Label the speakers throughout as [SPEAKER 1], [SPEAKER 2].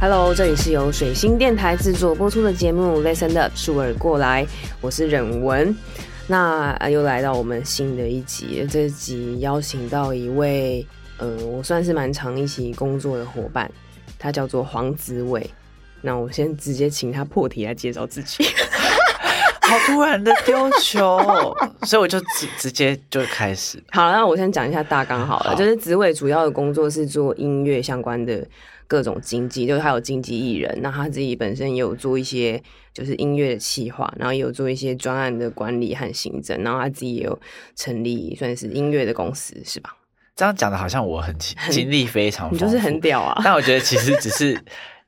[SPEAKER 1] Hello，这里是由水星电台制作播出的节目《Listen Up》，竖耳过来，我是忍文。那呃又来到我们新的一集，这集邀请到一位，呃，我算是蛮常一起工作的伙伴，他叫做黄子伟。那我先直接请他破题来介绍自己。
[SPEAKER 2] 好突然的丢球， 所以我就直直接就开始。
[SPEAKER 1] 好，那我先讲一下大纲好了，
[SPEAKER 2] 好
[SPEAKER 1] 就是紫伟主要的工作是做音乐相关的各种经济，就是他有经纪艺人，那他自己本身也有做一些就是音乐的企划，然后也有做一些专案的管理和行政，然后他自己也有成立算是音乐的公司，是吧？
[SPEAKER 2] 这样讲的好像我很经经历非常
[SPEAKER 1] 你
[SPEAKER 2] 丰富，
[SPEAKER 1] 就是很屌啊！
[SPEAKER 2] 但我觉得其实只是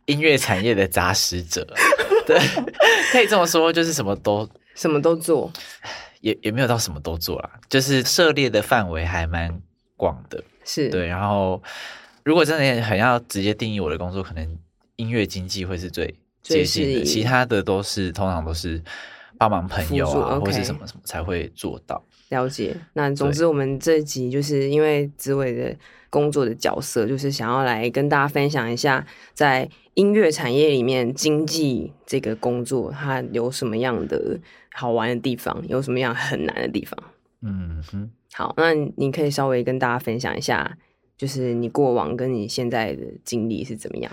[SPEAKER 2] 音乐产业的杂食 者，对，可以这么说，就是什么都
[SPEAKER 1] 什么都做，
[SPEAKER 2] 也也没有到什么都做啦，就是涉猎的范围还蛮广的，
[SPEAKER 1] 是
[SPEAKER 2] 对。然后如果真的很要直接定义我的工作，可能音乐经济会是最
[SPEAKER 1] 最
[SPEAKER 2] 接近
[SPEAKER 1] 适宜
[SPEAKER 2] 的，其他的都是通常都是帮忙朋友
[SPEAKER 1] 辅助
[SPEAKER 2] 啊，
[SPEAKER 1] ，OK
[SPEAKER 2] 或是什么什么才会做到。
[SPEAKER 1] 了解。那总之，我们这一集就是因为紫伟的工作的角色，就是想要来跟大家分享一下，在音乐产业里面，经济这个工作它有什么样的好玩的地方，有什么样很难的地方。
[SPEAKER 2] 嗯哼。
[SPEAKER 1] 好，那你可以稍微跟大家分享一下，就是你过往跟你现在的经历是怎么样？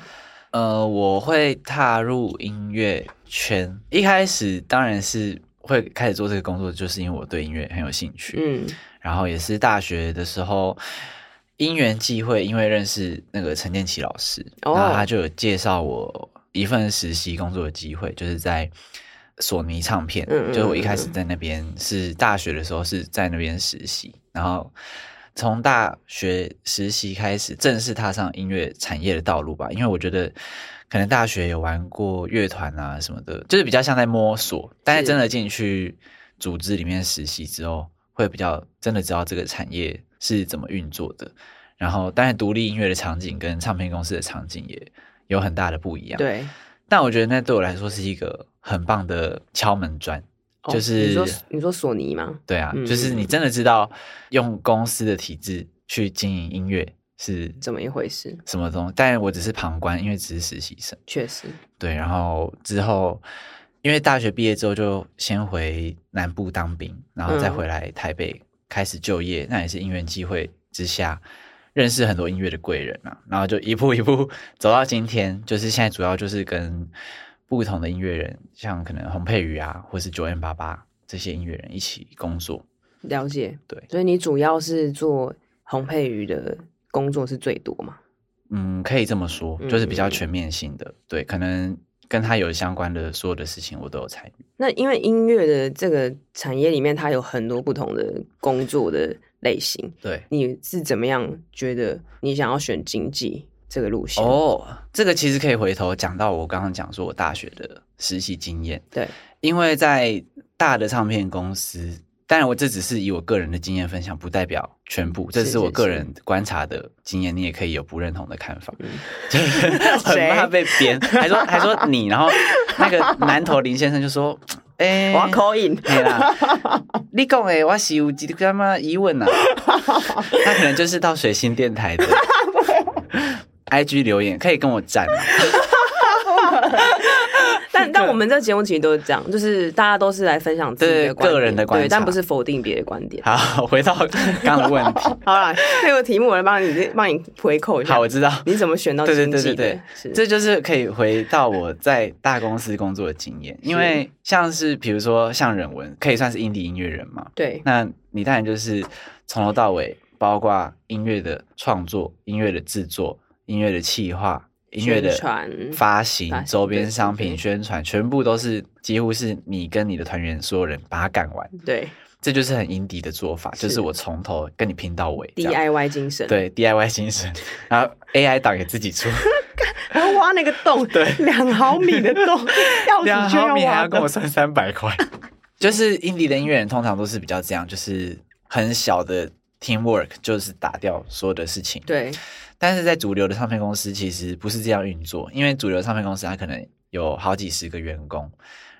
[SPEAKER 2] 呃，我会踏入音乐圈，一开始当然是会开始做这个工作，就是因为我对音乐很有兴趣。
[SPEAKER 1] 嗯，
[SPEAKER 2] 然后也是大学的时候，因缘际会，因为认识那个陈建奇老师，
[SPEAKER 1] 哦
[SPEAKER 2] 然后他就有介绍我一份实习工作的机会，就是在索尼唱片，
[SPEAKER 1] 嗯嗯
[SPEAKER 2] 就是我一开始
[SPEAKER 1] 嗯嗯
[SPEAKER 2] 在那边是大学的时候是在那边实习，然后。从大学实习开始，正式踏上音乐产业的道路吧。因为我觉得，可能大学有玩过乐团啊什么的，就是比较像在摸索。但是
[SPEAKER 1] 是
[SPEAKER 2] 真的进去组织里面实习之后，会比较真的知道这个产业是怎么运作的。然后，当然独立音乐的场景跟唱片公司的场景也有很大的不一样。，
[SPEAKER 1] 对，
[SPEAKER 2] 但我觉得那对我来说是一个很棒的敲门砖，
[SPEAKER 1] 哦
[SPEAKER 2] 就是
[SPEAKER 1] 你说你说索尼吗？
[SPEAKER 2] 对啊，
[SPEAKER 1] 嗯
[SPEAKER 2] 就是你真的知道用公司的体制去经营音乐是
[SPEAKER 1] 怎么一回事？
[SPEAKER 2] 什么东西，但我只是旁观，因为只是实习生。
[SPEAKER 1] 确实，
[SPEAKER 2] 对，然后之后因为大学毕业之后就先回南部当兵，然后再
[SPEAKER 1] 嗯
[SPEAKER 2] 回来台北开始就业，那也是因缘机会之下认识很多音乐的贵人啊，然后就一步一步走到今天，就是现在主要就是跟不同的音乐人，像可能洪佩瑜啊，或是九 N 八八这些音乐人一起工作。
[SPEAKER 1] 了解。
[SPEAKER 2] 对
[SPEAKER 1] 所以你主要是做红配鱼的工作是最多嘛？
[SPEAKER 2] 嗯，可以这么说，就是
[SPEAKER 1] 嗯
[SPEAKER 2] 比较
[SPEAKER 1] 嗯
[SPEAKER 2] 全面性的，对，可能跟他有相关的所有的事情我都有参与。
[SPEAKER 1] 那因为音乐的这个产业里面，它有很多不同的工作的类型，
[SPEAKER 2] 对，
[SPEAKER 1] 你是怎么样觉得你想要选经济这个路线？，
[SPEAKER 2] 哦，这个其实可以回头讲到我刚刚讲说我大学的实习经验，
[SPEAKER 1] 对，
[SPEAKER 2] 因为在大的唱片公司，当然我这只是以我个人的经验分享，不代表全部，这
[SPEAKER 1] 是
[SPEAKER 2] 是我
[SPEAKER 1] 是
[SPEAKER 2] 个
[SPEAKER 1] 是
[SPEAKER 2] 人观察的经验，你也可以有不认同的看法。
[SPEAKER 1] 嗯
[SPEAKER 2] 很怕
[SPEAKER 1] 谁
[SPEAKER 2] 被编，还说还说你，然后那个南投林先生就 说：“哎、
[SPEAKER 1] 我要 call in，
[SPEAKER 2] 嘿啦，你讲的我是有一点么疑问呐、啊，他可能就是到水星电台的 IG 留言，可以跟我啊站。
[SPEAKER 1] 但但我们这节目其实都是这样，就是大家都是来分享自己
[SPEAKER 2] 对
[SPEAKER 1] 的观点
[SPEAKER 2] 个人的观
[SPEAKER 1] 对，但
[SPEAKER 2] 察
[SPEAKER 1] 不是否定别的观点。
[SPEAKER 2] 好，回到刚刚的问 题，
[SPEAKER 1] 好啦，这个题目我来帮你帮你回扣一下
[SPEAKER 2] 好，，我知道，
[SPEAKER 1] 你怎么选到经
[SPEAKER 2] 对
[SPEAKER 1] 济的？
[SPEAKER 2] 对对对对
[SPEAKER 1] 是
[SPEAKER 2] 这就是可以回到我在大公司工作的经验，因为像是比如说像忍文，可以算是 indie 音乐人嘛，
[SPEAKER 1] 对
[SPEAKER 2] 那你当然就是从头到尾，包括音乐的创作、音乐的制作、音乐的企划、音乐的
[SPEAKER 1] 宣传
[SPEAKER 2] 发行
[SPEAKER 1] 发、行
[SPEAKER 2] 周边
[SPEAKER 1] 对
[SPEAKER 2] 商
[SPEAKER 1] 对
[SPEAKER 2] 品宣传，全部都是几乎是你跟你的团员所有人把它干完，
[SPEAKER 1] 对
[SPEAKER 2] 这就是很阴底的做法，就是是我从头跟你拼到尾这样。
[SPEAKER 1] DIY 精神，
[SPEAKER 2] 对 DIY 精神，然后 AI 档也自己出，
[SPEAKER 1] 还要挖那个洞， 对，两毫米的洞，钥匙
[SPEAKER 2] 两
[SPEAKER 1] 圈
[SPEAKER 2] 毫米还
[SPEAKER 1] 挖
[SPEAKER 2] 要跟我
[SPEAKER 1] 洞。
[SPEAKER 2] 算三百块。 就是印地的音乐人通常都是比较这样，就是很小的 teamwork，就是打掉所有的事情。
[SPEAKER 1] 对，
[SPEAKER 2] 但是在主流的唱片公司其实不是这样运作，因为主流唱片公司它可能有好几十个员工，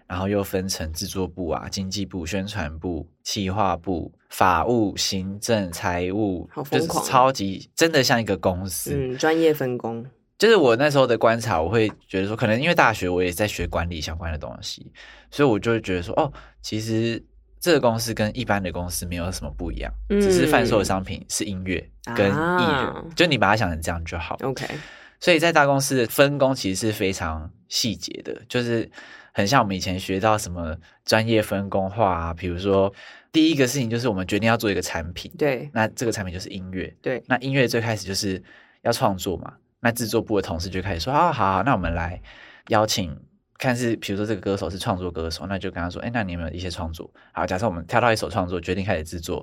[SPEAKER 2] 然后又分成制作部啊、经济部、宣传部、企划部、法务、行政、财务
[SPEAKER 1] 好，
[SPEAKER 2] 就
[SPEAKER 1] 疯
[SPEAKER 2] 是
[SPEAKER 1] 狂哦嗯
[SPEAKER 2] 超级真的像一个公司。
[SPEAKER 1] 嗯，专业分工，
[SPEAKER 2] 就是我那时候的观察，我会觉得说，可能因为大学我也在学管理相关的东西，所以我就会觉得说，哦，其实这个公司跟一般的公司没有什么不一样，
[SPEAKER 1] 嗯
[SPEAKER 2] 只是贩售的商品是音乐跟艺人，
[SPEAKER 1] 啊
[SPEAKER 2] 就你把它想成这样就好。
[SPEAKER 1] OK，
[SPEAKER 2] 所以在大公司的分工其实是非常细节的，就是很像我们以前学到什么专业分工化啊，比如说第一个事情就是我们决定要做一个产品，
[SPEAKER 1] 对
[SPEAKER 2] 那这个产品就是音乐，
[SPEAKER 1] 对
[SPEAKER 2] 那音乐最开始就是要创作嘛，那制作部的同事就开始说啊，好好，那我们来邀请。看是，比如说这个歌手是创作歌手，那就跟他说，哎、那你有没有一些创作？好，假设我们挑到一首创作，决定开始制作，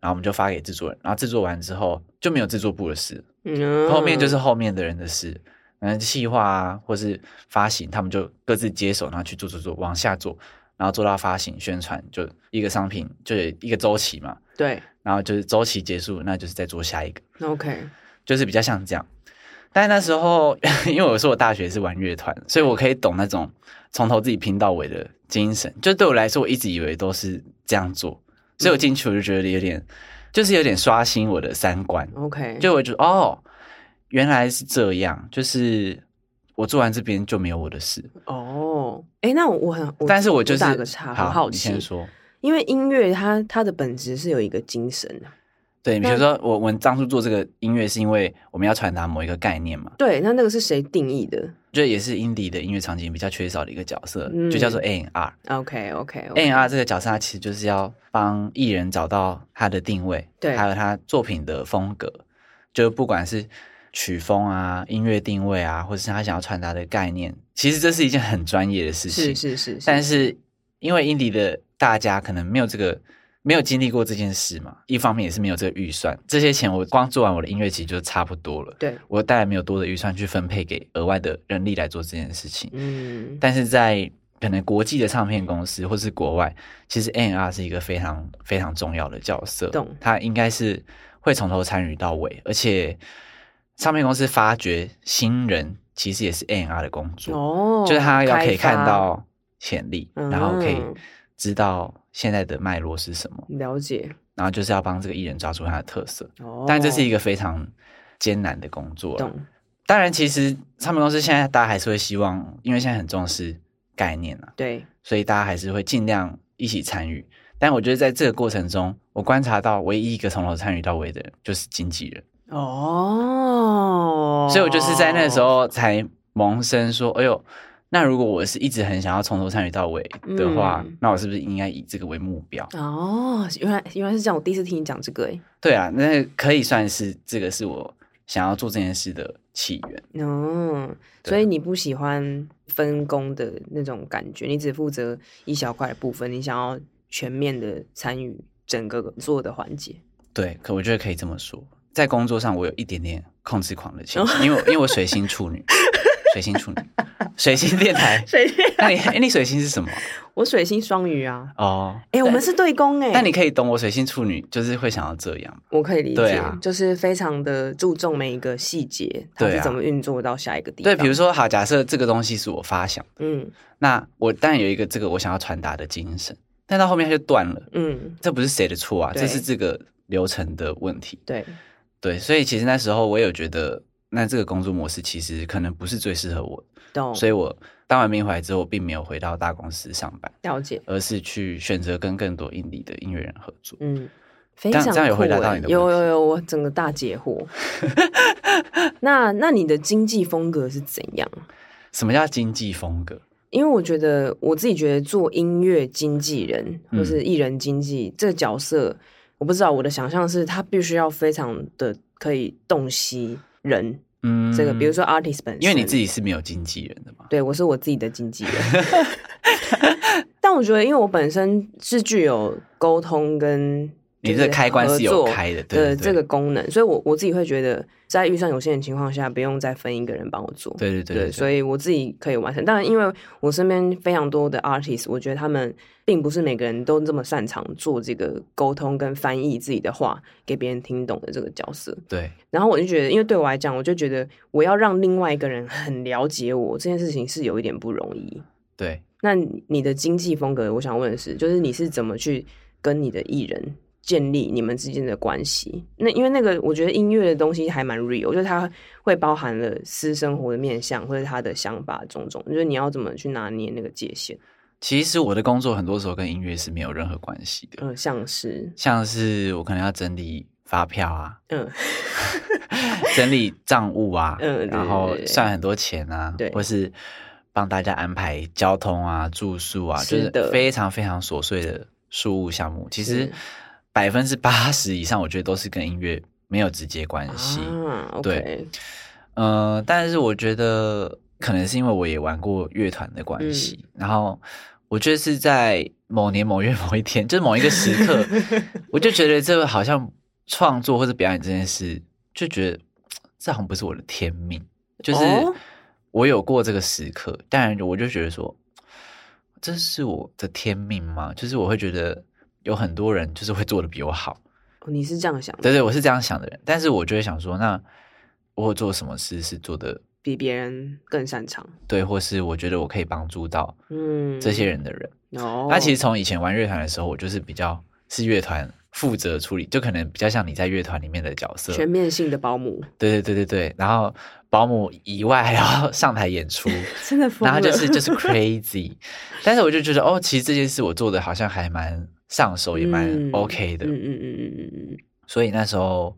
[SPEAKER 2] 然后我们就发给制作人，然后制作完之后就没有制作部的事，
[SPEAKER 1] 嗯
[SPEAKER 2] 后面就是后面的人的事，嗯，企划啊，或是发行，他们就各自接手，然后去做做做，往下做，然后做到发行、宣传，就一个商品就有一个周期嘛，
[SPEAKER 1] 对
[SPEAKER 2] 然后就是周期结束，那就是再做下一个，
[SPEAKER 1] OK，
[SPEAKER 2] 就是比较像这样。但那时候， 因为我说我大学是玩乐团，所以我可以懂那种从头自己拼到尾的精神。就对我来说，我一直以为都是这样做，所以我进去我就觉得有点，就是有点刷新我的三观。
[SPEAKER 1] OK，
[SPEAKER 2] 就我觉得哦，原来是这样，就是我做完这边就没有我的事，
[SPEAKER 1] 哦，哎，那我我很，我
[SPEAKER 2] 但是我就是
[SPEAKER 1] 打个岔，
[SPEAKER 2] 好
[SPEAKER 1] 很好
[SPEAKER 2] 你
[SPEAKER 1] 奇
[SPEAKER 2] 先，说。
[SPEAKER 1] 因为音乐它它的本质是有一个精神啊的。
[SPEAKER 2] 对，比
[SPEAKER 1] 那
[SPEAKER 2] 如说我我们当初做这个音乐，是因为我们要传达某一个概念嘛，
[SPEAKER 1] 对，那那个是谁定义的
[SPEAKER 2] 就也是 indie 的音乐场景比较缺少的一个角色，
[SPEAKER 1] 嗯
[SPEAKER 2] 就叫做 A N R。
[SPEAKER 1] ？OK OK
[SPEAKER 2] A N R 这个角色，它其实就是要帮艺人找到他的定位，
[SPEAKER 1] 对
[SPEAKER 2] 还有他作品的风格，就不管是曲风啊、音乐定位啊，或者是他想要传达的概念，其实这是一件很专业的事情。
[SPEAKER 1] 是是是，
[SPEAKER 2] 但
[SPEAKER 1] 是
[SPEAKER 2] 是因为 indie 的大家可能没有这个，没有经历过这件事嘛，一方面也是没有这个预算，这些钱我光做完我的音乐其实就差不多了，
[SPEAKER 1] 对，
[SPEAKER 2] 我当然没有多的预算去分配给额外的人力来做这件事情。
[SPEAKER 1] 嗯，
[SPEAKER 2] 但是在可能国际的唱片公司或是国外，其实 N R 是一个非常非常重要的角色，
[SPEAKER 1] 懂
[SPEAKER 2] 他应该是会从头参与到尾，而且唱片公司发掘新人其实也是 N R 的工作。
[SPEAKER 1] 哦，
[SPEAKER 2] 就是他要可以
[SPEAKER 1] 开发
[SPEAKER 2] 看到潜力，
[SPEAKER 1] 嗯
[SPEAKER 2] 然后可以知道现在的脉络是什么，
[SPEAKER 1] 了解
[SPEAKER 2] 然后就是要帮这个艺人抓住他的特色。
[SPEAKER 1] 哦，
[SPEAKER 2] 但这是一
[SPEAKER 1] 个
[SPEAKER 2] 个非常艰难的工作啊。
[SPEAKER 1] 懂
[SPEAKER 2] 当然，其实唱片公司现在大家还是会希望，因为现在很重视概念啊，
[SPEAKER 1] 对
[SPEAKER 2] 所以大家还是会尽量一起参与。但我觉得在这个过程中，我观察到唯一一个从头参与到尾的人就是经纪人，
[SPEAKER 1] 哦，
[SPEAKER 2] 所以我就是在那时候才萌生说，哎呦，那如果我是一直很想要从头参与到尾的话，
[SPEAKER 1] 嗯
[SPEAKER 2] 那我是不是应该以这个为目标？
[SPEAKER 1] 哦，原来原来是这样，我第一次听你讲这个哎，
[SPEAKER 2] 对啊，那可以算是这个是我想要做这件事的起源。
[SPEAKER 1] 嗯，所以你不喜欢分工的那种感觉，你只负责一小块部分，你想要全面的参与整个所有的环节。
[SPEAKER 2] 对，可我觉得可以这么说，在工作上我有一点点控制狂的情
[SPEAKER 1] 哦
[SPEAKER 2] 绪，因为我因为我水星 处女，水星处女，水星电台。
[SPEAKER 1] 水星，
[SPEAKER 2] 那你哎，你水星是什么？
[SPEAKER 1] 我水星双鱼啊，
[SPEAKER 2] 哦，
[SPEAKER 1] 哎、我们是对宫哎、
[SPEAKER 2] 但你可以懂我水星处女就是会想要这样，
[SPEAKER 1] 我可以理
[SPEAKER 2] 对
[SPEAKER 1] 解，
[SPEAKER 2] 啊
[SPEAKER 1] 就是非常的注重每一个细节，它
[SPEAKER 2] 对
[SPEAKER 1] 是
[SPEAKER 2] 啊
[SPEAKER 1] 怎么运作到下一个地方。
[SPEAKER 2] 对，比如，说好，假设这个东西是我发想的。
[SPEAKER 1] 嗯
[SPEAKER 2] 那我当然有一个这个我想要传达的精神，但到后面它就断了，
[SPEAKER 1] 嗯，
[SPEAKER 2] 这不是谁的错啊，
[SPEAKER 1] 对
[SPEAKER 2] 这是这个流程的问题。
[SPEAKER 1] 对，
[SPEAKER 2] 对，所以其实那时候我有觉得，那这个工作模式其实可能不是最适合我，
[SPEAKER 1] 懂，
[SPEAKER 2] 所以我当完兵回来之后，我并没有回到大公司上班，
[SPEAKER 1] 了解，
[SPEAKER 2] 而是去选择跟更多印尼的音乐人合作。
[SPEAKER 1] 嗯，非
[SPEAKER 2] 这
[SPEAKER 1] 常
[SPEAKER 2] 样这样有
[SPEAKER 1] 酷
[SPEAKER 2] 回答
[SPEAKER 1] 欸
[SPEAKER 2] 到你的
[SPEAKER 1] 有
[SPEAKER 2] 问题
[SPEAKER 1] 有有，我整个大解惑。 那那你的经济风格是怎样？
[SPEAKER 2] 什么叫经济风格？
[SPEAKER 1] 因为我觉得我自己觉得做音乐经纪人
[SPEAKER 2] 嗯
[SPEAKER 1] 或是艺人经纪、这个角色，我不知道我的想象是他必须要非常的可以洞悉人，
[SPEAKER 2] 嗯，
[SPEAKER 1] 这个比如，说 artist 本身，
[SPEAKER 2] 因为你自己是没有经纪人的嘛，
[SPEAKER 1] 对，我是我自己的经纪人。 但我觉得，因为我本身是具有沟通跟
[SPEAKER 2] 你
[SPEAKER 1] 就是
[SPEAKER 2] 这个开关
[SPEAKER 1] 合
[SPEAKER 2] 是有
[SPEAKER 1] 作
[SPEAKER 2] 开的，对
[SPEAKER 1] 的
[SPEAKER 2] 对对
[SPEAKER 1] 这个功能，所以我我自己会觉得，在预算有限的情况下，不用再分一个人帮我做。
[SPEAKER 2] 对对对对，
[SPEAKER 1] 所
[SPEAKER 2] 以
[SPEAKER 1] 以我自己可以完成。当然，因为我身边非常多的 artist，我觉得他们并不是每个人都这么擅长做这个沟通跟翻译自己的话给别人听懂的这个角色。
[SPEAKER 2] 对
[SPEAKER 1] 然后我就觉得，因为对我来讲，我就觉得我要让另外一个人很了解我这件事情是有一点不容易。
[SPEAKER 2] 对，
[SPEAKER 1] 那你的经济风格，我想问的是，就是你是怎么去跟你的艺人建立你们之间的关系。那因为那个，我觉得音乐的东西还蛮 real，我觉得它会包含了私生活的面向或者他的想法种种，就是你要怎么去拿捏那个界限。
[SPEAKER 2] 其实我的工作很多时候跟音乐是没有任何关系的，
[SPEAKER 1] 嗯，像是
[SPEAKER 2] 像是我可能要整理发票啊，
[SPEAKER 1] 嗯
[SPEAKER 2] 整理账务啊，
[SPEAKER 1] 嗯对
[SPEAKER 2] 然后
[SPEAKER 1] 对对
[SPEAKER 2] 算很多钱啊，
[SPEAKER 1] 对
[SPEAKER 2] 或是帮大家安排交通啊、住宿啊，就是是
[SPEAKER 1] 的
[SPEAKER 2] 非常非常琐碎的事务项目。其实
[SPEAKER 1] 是
[SPEAKER 2] 百分之八十以上，我觉得都是跟音乐没有直接关系。
[SPEAKER 1] 啊，OK，
[SPEAKER 2] 对呃，但是我觉得可能是因为我也玩过乐团的关系，然后我觉得是在某年某月某一天，就是某一个时刻，我就觉得这个好像创作或者表演这件事，就觉得嘖这好像不是我的天命，就是
[SPEAKER 1] 哦
[SPEAKER 2] 我有过这个时刻，但我就觉得说，这是我的天命吗？就是我会觉得有很多人就是会做的比我好。
[SPEAKER 1] 哦你是这样想的，
[SPEAKER 2] 对对，我是这样想的人，但是我就会想说，那我有做什么事是做的
[SPEAKER 1] 比别人更擅长，
[SPEAKER 2] 对，或是我觉得我可以帮助到
[SPEAKER 1] 嗯，
[SPEAKER 2] 这些人的人。
[SPEAKER 1] 哦，
[SPEAKER 2] 那、其实从以前玩乐团的时候，我就是比较是乐团负责处理，就可能比较像你在乐团里面的角色。
[SPEAKER 1] 全面性的保姆
[SPEAKER 2] 对对对对对，然后保姆以外 还要上台演出，
[SPEAKER 1] 真的疯
[SPEAKER 2] 然后
[SPEAKER 1] 了，
[SPEAKER 2] 就是就是 crazy，但是我就觉得哦，其实这件事我做的好像还蛮上手，也蛮
[SPEAKER 1] 嗯
[SPEAKER 2] OK 的。
[SPEAKER 1] 嗯嗯嗯嗯嗯嗯嗯，
[SPEAKER 2] 所以那时候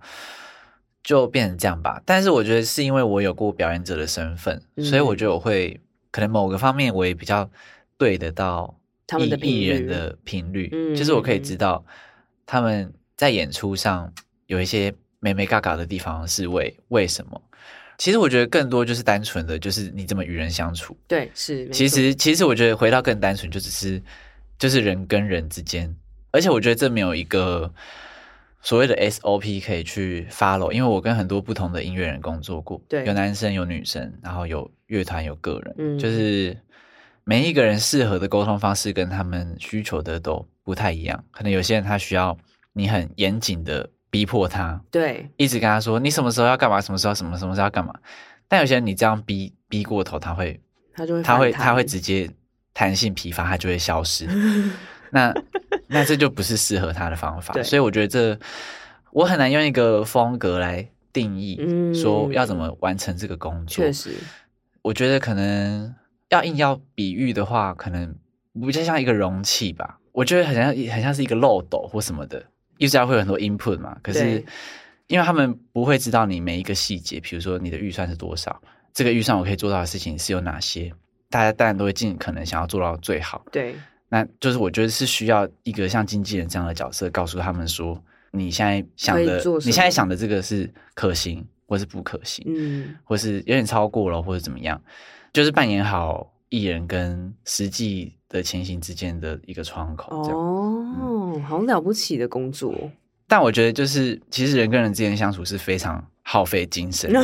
[SPEAKER 2] 就变成这样吧。但是我觉得是因为我有过表演者的身份，
[SPEAKER 1] 嗯
[SPEAKER 2] 所以我觉得我会可能某个方面我也比较对得到
[SPEAKER 1] 他们的
[SPEAKER 2] 艺艺
[SPEAKER 1] 频
[SPEAKER 2] 人
[SPEAKER 1] 率
[SPEAKER 2] 的频率，
[SPEAKER 1] 嗯
[SPEAKER 2] 就是我可以
[SPEAKER 1] 嗯
[SPEAKER 2] 知道他们在演出上有一些美美嘎嘎的地方是为为什么。其实我觉得更多就是单纯的，就是你怎么与人相处。
[SPEAKER 1] 对，是，没
[SPEAKER 2] 其
[SPEAKER 1] 错
[SPEAKER 2] 实，其实我觉得回到更单纯，就只是就是人跟人之间，而且我觉得这没有一个所谓的 SOP 可以去 follow，因为我跟很多不同的音乐人工作过，
[SPEAKER 1] 对
[SPEAKER 2] 有男生有女生，然后有乐团有个人，
[SPEAKER 1] 嗯
[SPEAKER 2] 就是每一个人适合的沟通方式跟他们需求的都不太一样，可能有些人他需要你很严谨的逼迫他，
[SPEAKER 1] 对，
[SPEAKER 2] 一直跟他说你什么时候要干嘛，什么时候什么什么时候要干嘛，但有些人你这样逼逼过头，他会。
[SPEAKER 1] 他就会
[SPEAKER 2] 它
[SPEAKER 1] 反
[SPEAKER 2] 会它
[SPEAKER 1] 弹
[SPEAKER 2] 会直接弹性疲乏，它就会 消失。那那这就不是适合他的方法，
[SPEAKER 1] 对
[SPEAKER 2] 所以我觉得这我很难用一个风格来定义，
[SPEAKER 1] 嗯
[SPEAKER 2] 说要怎么完成这个工作。
[SPEAKER 1] 确，实，
[SPEAKER 2] 我觉得可能要硬要比喻的话，可能比较像一个容器吧。我觉得很像很像是一个漏斗或什么的，艺术家会有很多 input 嘛，可是
[SPEAKER 1] 对
[SPEAKER 2] 因为他们不会知道你每一个细节，比如说你的预算是多少，这个预算我可以做到的事情是有哪些，大家当然都会尽可能想要做到最好。
[SPEAKER 1] 对，
[SPEAKER 2] 那就是我觉得是需要一个像经纪人这样的角色，告诉他们说，你现在想
[SPEAKER 1] 可
[SPEAKER 2] 的
[SPEAKER 1] 以做，什么
[SPEAKER 2] 你现在想的这个是可行或是不可行，
[SPEAKER 1] 嗯，
[SPEAKER 2] 或是有点超过了，或者怎么样，就是扮演好艺人跟实际的情形之间的一个窗口。这样，嗯
[SPEAKER 1] 哦，好了不起的工作，
[SPEAKER 2] 但我觉得就是其实人跟人之间相处是非常耗费精 神力，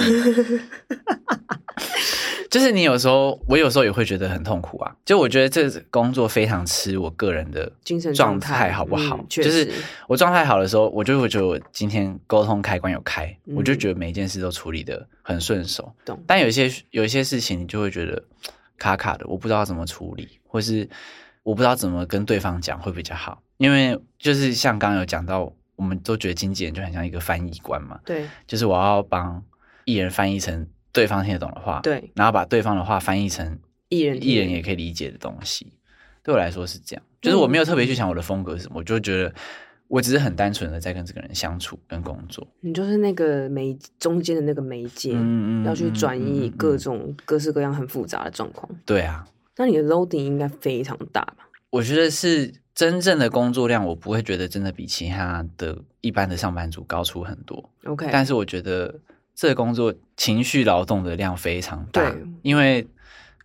[SPEAKER 2] 就是你有时候我有时候也会觉得很痛苦啊。就我觉得这工作非常吃我个人的
[SPEAKER 1] 精神
[SPEAKER 2] 状
[SPEAKER 1] 状
[SPEAKER 2] 态
[SPEAKER 1] 态
[SPEAKER 2] 好不好？
[SPEAKER 1] 嗯确
[SPEAKER 2] 就是
[SPEAKER 1] 实
[SPEAKER 2] 我状态好的时候，我就会觉得我今天沟通开关有开，
[SPEAKER 1] 嗯
[SPEAKER 2] 我就觉得每一件事都处理的很顺手。
[SPEAKER 1] 懂
[SPEAKER 2] 但有一些有一些事情，你就会觉得卡卡的，我不知道怎么处理，或是我不知道怎么跟对方讲会比较好。因为就是像刚刚有讲到，我们都觉得经纪人就很像一个翻译官嘛，
[SPEAKER 1] 对
[SPEAKER 2] 就是我要帮艺人翻译成对方听得懂的话，，
[SPEAKER 1] 对，
[SPEAKER 2] 然后把对方的话翻译成
[SPEAKER 1] 艺人
[SPEAKER 2] 艺人也可以理解的东西。对我来说是这样，就是我
[SPEAKER 1] 嗯
[SPEAKER 2] 没有特别去想我的风格是什么，我就觉得我只是很单纯的在跟这个人相处跟工作，
[SPEAKER 1] 你就是那个媒中间的那个媒介，
[SPEAKER 2] 嗯
[SPEAKER 1] 要去转移各。
[SPEAKER 2] 嗯嗯嗯嗯
[SPEAKER 1] 种各式各样很复杂的状况。
[SPEAKER 2] 对啊，
[SPEAKER 1] 那你的 loading 应该非常大吧？
[SPEAKER 2] 我觉得是真正的工作量，我不会觉得真的比其他的一般的上班族高出很多，
[SPEAKER 1] ？OK，
[SPEAKER 2] 但是我觉得这个工作情绪劳动的量非常大
[SPEAKER 1] 对，
[SPEAKER 2] 因为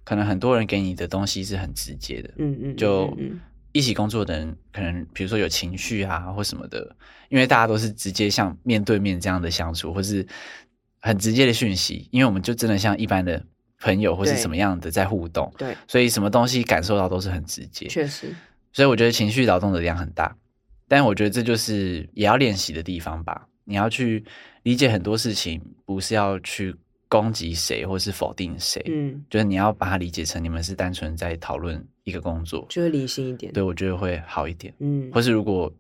[SPEAKER 2] 可能很多人给你的东西是很直接的，
[SPEAKER 1] 嗯嗯，
[SPEAKER 2] 就
[SPEAKER 1] 嗯嗯
[SPEAKER 2] 一起工作的人，可能比如说有情绪啊或什么的，因为大家都是直接像面对面这样的相处，或是很直接的讯息，因为我们就真的像一般的朋友或是
[SPEAKER 1] 对
[SPEAKER 2] 什么样的在互动，
[SPEAKER 1] 对，
[SPEAKER 2] 所以什么东西感受到都是很直接，
[SPEAKER 1] 确实，
[SPEAKER 2] 所以我觉得情绪劳动的量很大，但我觉得这就是也要练习的地方吧。你要去理解很多事情，不是要去攻击谁或是否定谁，
[SPEAKER 1] 嗯，
[SPEAKER 2] 就是你要把它理解成你们是单纯在讨论一个工作，
[SPEAKER 1] 就会理性一点。
[SPEAKER 2] 对我觉得会好一点。
[SPEAKER 1] 嗯，
[SPEAKER 2] 或是如果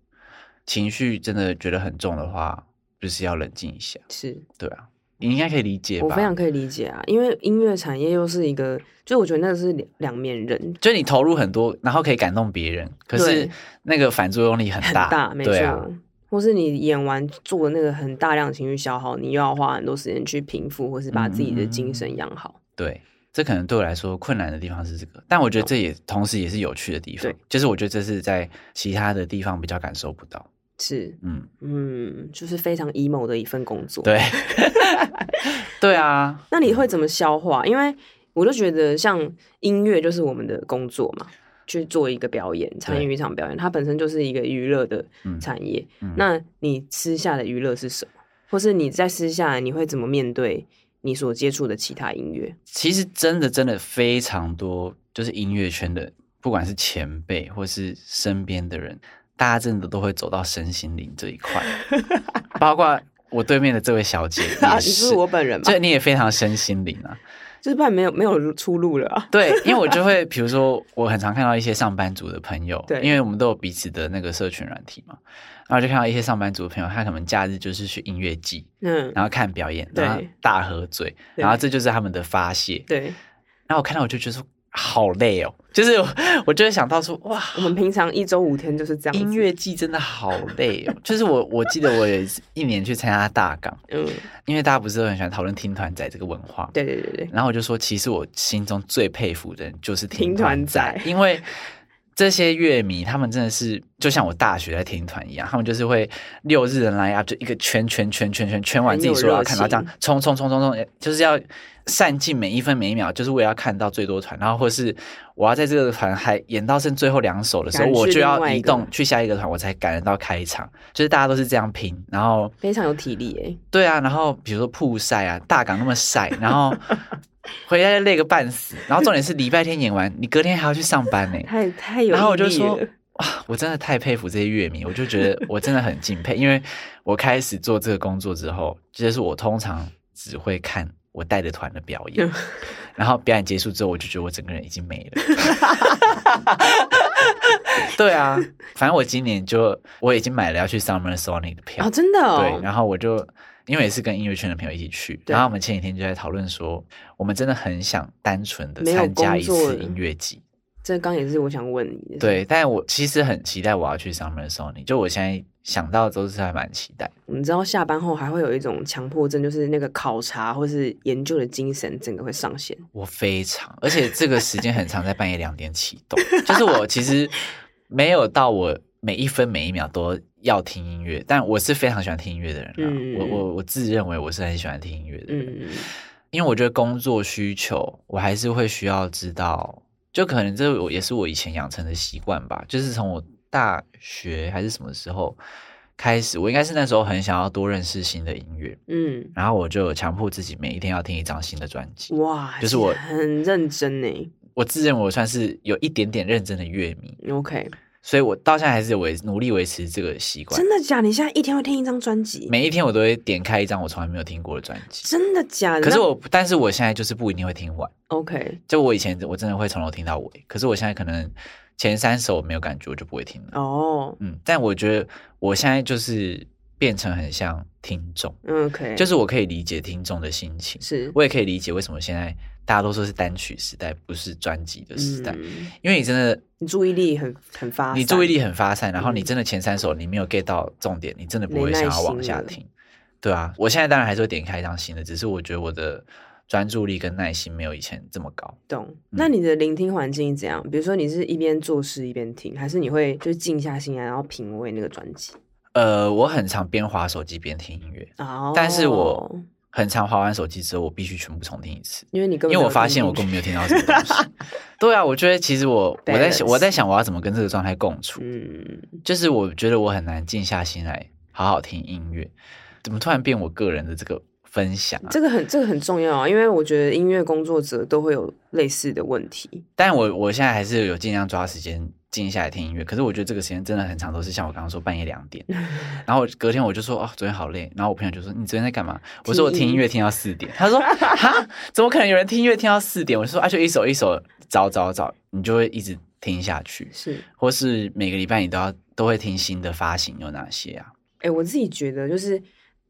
[SPEAKER 2] 情绪真的觉得很重的话，就是要冷静一下，
[SPEAKER 1] 是
[SPEAKER 2] 对啊，你应该可以理解吧？
[SPEAKER 1] 我非常可以理解啊，因为音乐产业又是一个，就我觉得那个是两两面人，
[SPEAKER 2] 就是你投入很多，然后可以感动别人，可是
[SPEAKER 1] 对
[SPEAKER 2] 那个反作用力很
[SPEAKER 1] 很
[SPEAKER 2] 大，
[SPEAKER 1] 大，没错。
[SPEAKER 2] 对啊，
[SPEAKER 1] 或是你演完做那个很大量情绪消耗，你又要花很多时间去平复，或是把自己
[SPEAKER 2] 嗯
[SPEAKER 1] 的精神养好。
[SPEAKER 2] 对，这可能对我来说困难的地方是这个，但我觉得这也同时也是有趣的地方
[SPEAKER 1] 对，
[SPEAKER 2] 就是我觉得这是在其他的地方比较感受不到，
[SPEAKER 1] 是，
[SPEAKER 2] 嗯，
[SPEAKER 1] 嗯，就是非常 emo 的一份工作。
[SPEAKER 2] 对， 对啊，
[SPEAKER 1] 那你会怎么消化？因为我就觉得像音乐就是我们的工作嘛，去做一个表演，参与一场表演，它本身就是一个娱乐的
[SPEAKER 2] 嗯
[SPEAKER 1] 产业。
[SPEAKER 2] 嗯
[SPEAKER 1] 那你私下的娱乐是什么？或是你在私下你会怎么面对你所接触的其他音乐？
[SPEAKER 2] 其实真的真的非常多，就是音乐圈的，不管是前辈或是身边的人，大家真的都会走到身心灵这 一块，包括我对面的这位小姐
[SPEAKER 1] 啊，
[SPEAKER 2] 也
[SPEAKER 1] 你
[SPEAKER 2] 是
[SPEAKER 1] 是，我本人嘛？
[SPEAKER 2] 这你也非常身心灵啊。
[SPEAKER 1] 就是不然没有没有出路了啊。
[SPEAKER 2] 对，因为我就会，比如说，我很常看到一些上班族的朋友，
[SPEAKER 1] 对
[SPEAKER 2] 因为我们都有彼此的那个社群软体嘛，然后就看到一些上班族的朋友，他可能假日就是去音乐季，
[SPEAKER 1] 嗯，
[SPEAKER 2] 然后看表演，
[SPEAKER 1] 对
[SPEAKER 2] 然后大喝醉，
[SPEAKER 1] 对
[SPEAKER 2] 然后这就是他们的发泄。
[SPEAKER 1] 对，
[SPEAKER 2] 然后我看到我就觉得说好累哦，就是我我就会想到说哇，
[SPEAKER 1] 我们平常一周五天就是这样子。
[SPEAKER 2] 音，乐季真的好累哦。就是我我记得我有一次一年去参加大港，
[SPEAKER 1] 嗯，
[SPEAKER 2] 因为大家不是都很喜欢讨论听团仔这个文化，
[SPEAKER 1] 对对对对，
[SPEAKER 2] 然后我就说，其实我心中最佩服的人就是听
[SPEAKER 1] 听
[SPEAKER 2] 团
[SPEAKER 1] 团
[SPEAKER 2] 仔，
[SPEAKER 1] 仔
[SPEAKER 2] 因为这些乐迷他们真的是就像我大学在听团一样，他们就是会六日人来啊，就一个圈圈圈圈圈圈完
[SPEAKER 1] 很
[SPEAKER 2] 自己
[SPEAKER 1] 有
[SPEAKER 2] 所要
[SPEAKER 1] 热
[SPEAKER 2] 看到，这样
[SPEAKER 1] 情
[SPEAKER 2] 冲冲冲冲冲，就是要散尽每一分每一秒，就是为了要看到最多团，然后或是我要在这个团还演到剩最后两首的时候，
[SPEAKER 1] 赶去
[SPEAKER 2] 我就
[SPEAKER 1] 另
[SPEAKER 2] 要
[SPEAKER 1] 外一
[SPEAKER 2] 移
[SPEAKER 1] 个
[SPEAKER 2] 动去下一个团，我才感觉到开场，就是大家都是这样拼，然后。
[SPEAKER 1] 非常有体力诶、
[SPEAKER 2] 对啊，然后比如说曝晒啊，大港那么晒，然后回来累个半死，然后重点是礼拜天演完，你隔天还要去上班呢、
[SPEAKER 1] 太太有
[SPEAKER 2] 嗯然后我就
[SPEAKER 1] 毅力
[SPEAKER 2] 说
[SPEAKER 1] 了，
[SPEAKER 2] 哇，我真的太佩服这些乐迷，我就觉得我真的很敬佩，因为我开始做这个工作之后，这就是我通常只会看我带的团的表演，
[SPEAKER 1] 嗯
[SPEAKER 2] 然后表演结束之后，我就觉得我整个人已经没 了。对啊，反正我今年就我已经买了要去 Summer Sonic 的票
[SPEAKER 1] 啊、真的哦，
[SPEAKER 2] 对，然后我就因为也是跟音乐圈的朋友一起去，
[SPEAKER 1] 对
[SPEAKER 2] 然后我们前几天就在讨论说，我们真的很想单纯的
[SPEAKER 1] 没有
[SPEAKER 2] 参加一
[SPEAKER 1] 工作
[SPEAKER 2] 次音乐季。
[SPEAKER 1] 这刚也是我想问你的。，
[SPEAKER 2] 对，但我其实很期待我要去 Summer Sony，就我现在想到都是还蛮期待。
[SPEAKER 1] 我们知道下班后还会有一种强迫症，就是那个考察或是研究的精神，整个会上线。
[SPEAKER 2] 我非常，而且这个时间很长，在半夜两点启动，就是我其实没有到我每一分每一秒都要听音乐，但我是非常喜欢听音乐的人、啊，
[SPEAKER 1] 嗯
[SPEAKER 2] 我我我自认为我是很喜欢听音乐的人，
[SPEAKER 1] 嗯，
[SPEAKER 2] 因为我觉得工作需求，我还是会需要知道，就可能这我也是我以前养成的习惯吧，就是从我大学还是什么时候开始，我应该是那时候很想要多认识新的音乐，
[SPEAKER 1] 嗯，
[SPEAKER 2] 然后我就有强迫自己每一天要听一张新的专辑。
[SPEAKER 1] 哇，
[SPEAKER 2] 就是我
[SPEAKER 1] 很认真呢。
[SPEAKER 2] 我自认为我算是有一点点认真的乐迷，
[SPEAKER 1] OK，
[SPEAKER 2] 所以我到现在还是有维努力维持这个习惯
[SPEAKER 1] 真，的假？你现在一天会听一张专辑？
[SPEAKER 2] 每一天我都会点开一张我从来没有听过的专辑。
[SPEAKER 1] 真的假的？
[SPEAKER 2] 可是
[SPEAKER 1] 那
[SPEAKER 2] 我，但是我现在就是不一定会听完。
[SPEAKER 1] OK
[SPEAKER 2] 就我以前我真的会从头听到尾，可是我现在可能前三首我没有感觉，我就不会听了。
[SPEAKER 1] 哦、
[SPEAKER 2] 嗯，但我觉得我现在就是变成很像听众，
[SPEAKER 1] 嗯 o k
[SPEAKER 2] 就是是我可以理解听众的心情，
[SPEAKER 1] 是
[SPEAKER 2] 我也可以理解为什么现在大家都说是单曲时代，不是专辑的时代，
[SPEAKER 1] 嗯
[SPEAKER 2] 因为你真的
[SPEAKER 1] 你注意力很很发散，
[SPEAKER 2] 你注意力很发散，然后你
[SPEAKER 1] 嗯
[SPEAKER 2] 真的前三首你没有 get 到重点，你真的不
[SPEAKER 1] 没
[SPEAKER 2] 会
[SPEAKER 1] 耐
[SPEAKER 2] 想要往
[SPEAKER 1] 心
[SPEAKER 2] 下
[SPEAKER 1] 了
[SPEAKER 2] 听，对啊，我现在当然还是会点开一张新的，只是我觉得我的专注力跟耐心没有以前这么高。
[SPEAKER 1] 懂。那你的聆听环境怎样？比如说你是一边做事一边听，还是你会就静下心来，然后品味那个专辑？
[SPEAKER 2] 呃，我很常边滑手机边听音乐，
[SPEAKER 1] 哦，
[SPEAKER 2] 但是我很常滑完手机之后，我必须全部重听一次，
[SPEAKER 1] 因为你根本没
[SPEAKER 2] 因为我
[SPEAKER 1] 有
[SPEAKER 2] 发
[SPEAKER 1] 听
[SPEAKER 2] 现我
[SPEAKER 1] 进去
[SPEAKER 2] 根本没有听到什么东 西。对啊，我觉得其实我我在想
[SPEAKER 1] Balance
[SPEAKER 2] 我在想我要怎么跟这个状态共处，
[SPEAKER 1] 嗯，
[SPEAKER 2] 就是我觉得我很难静下心来好好听音乐，怎么突然变我个人的这个分享啊、
[SPEAKER 1] 这个很这个很重要啊，因为我觉得音乐工作者都会有类似的问题。
[SPEAKER 2] 但我我现在还是有尽量抓时间静下来听音乐，可是我觉得这个时间真的很长，都是像我刚刚说半夜 两点，然后我隔天我就说哦，昨天好累，然后我朋友就说你昨天在干嘛？我说我听音乐听到四点，他说哈，怎么可能有人听音乐听到四点？我就说啊，就一首一首找找找，你就会一直听下去，
[SPEAKER 1] 是，
[SPEAKER 2] 或是每个礼拜你都要都会听新的发行有哪些啊？
[SPEAKER 1] 哎、我自己觉得就是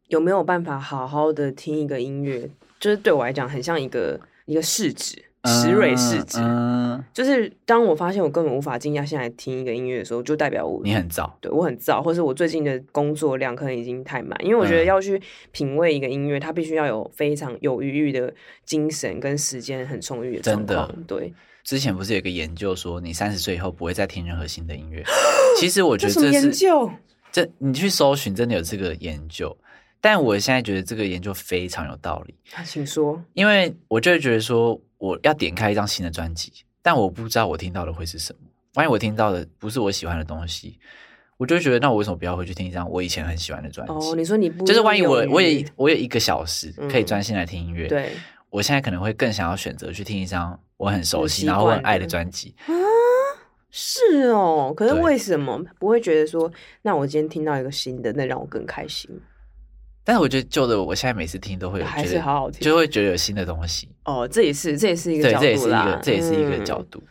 [SPEAKER 1] 有没有办法好好的听一个音乐，就是对我来讲很像一个一个试纸，石蕊试纸。
[SPEAKER 2] 嗯，
[SPEAKER 1] 就是当我发现我根本无法静下心来听一个音乐的时候，就代表我
[SPEAKER 2] 你很早，
[SPEAKER 1] 对我很燥，或是我最近的工作量可能已经太满，因为我觉得
[SPEAKER 2] 嗯
[SPEAKER 1] 要去品味一个音乐，它必须要有非常有余裕的精神跟时间很充裕的状
[SPEAKER 2] 真的
[SPEAKER 1] 况。对，
[SPEAKER 2] 之前不是有一个研究说，你三十岁以后不会再听任何新的音 乐？其实我觉
[SPEAKER 1] 这什
[SPEAKER 2] 得
[SPEAKER 1] 么
[SPEAKER 2] 这
[SPEAKER 1] 研
[SPEAKER 2] 是
[SPEAKER 1] 究？
[SPEAKER 2] 这，你去搜寻真的有这个研究，但我现在觉得这个研究非常有道理，
[SPEAKER 1] 啊请说。
[SPEAKER 2] 因为我就会觉得说，我要点开一张新的专辑，但我不知道我听到的会是什么，万一我听到的不是我喜欢的东西，我就会觉得，那我为什么不要回去听一张我以前很喜欢的专辑？
[SPEAKER 1] 哦，你说你不
[SPEAKER 2] 就是万一我
[SPEAKER 1] 用
[SPEAKER 2] 我
[SPEAKER 1] 余
[SPEAKER 2] 也我有一个小时可以
[SPEAKER 1] 嗯
[SPEAKER 2] 专心来听音乐，
[SPEAKER 1] 对，
[SPEAKER 2] 我现在可能会更想要选择去听一张我很熟
[SPEAKER 1] 很
[SPEAKER 2] 悉
[SPEAKER 1] 习
[SPEAKER 2] 然后我很
[SPEAKER 1] 惯
[SPEAKER 2] 爱的
[SPEAKER 1] 的
[SPEAKER 2] 专辑。
[SPEAKER 1] 是哦。可是
[SPEAKER 2] 对
[SPEAKER 1] 为什么不会觉得说，那我今天听到一个新的，那让我更开心？
[SPEAKER 2] 但是我觉得旧的，我现在每次听都会有
[SPEAKER 1] 还
[SPEAKER 2] 觉
[SPEAKER 1] 是
[SPEAKER 2] 得
[SPEAKER 1] 好好听
[SPEAKER 2] 就会觉得有新的东西。
[SPEAKER 1] 哦，这也是这也是一个
[SPEAKER 2] 对，
[SPEAKER 1] 角
[SPEAKER 2] 这也是
[SPEAKER 1] 度
[SPEAKER 2] 一
[SPEAKER 1] 啦
[SPEAKER 2] 个，这也是一个
[SPEAKER 1] 嗯
[SPEAKER 2] 角度。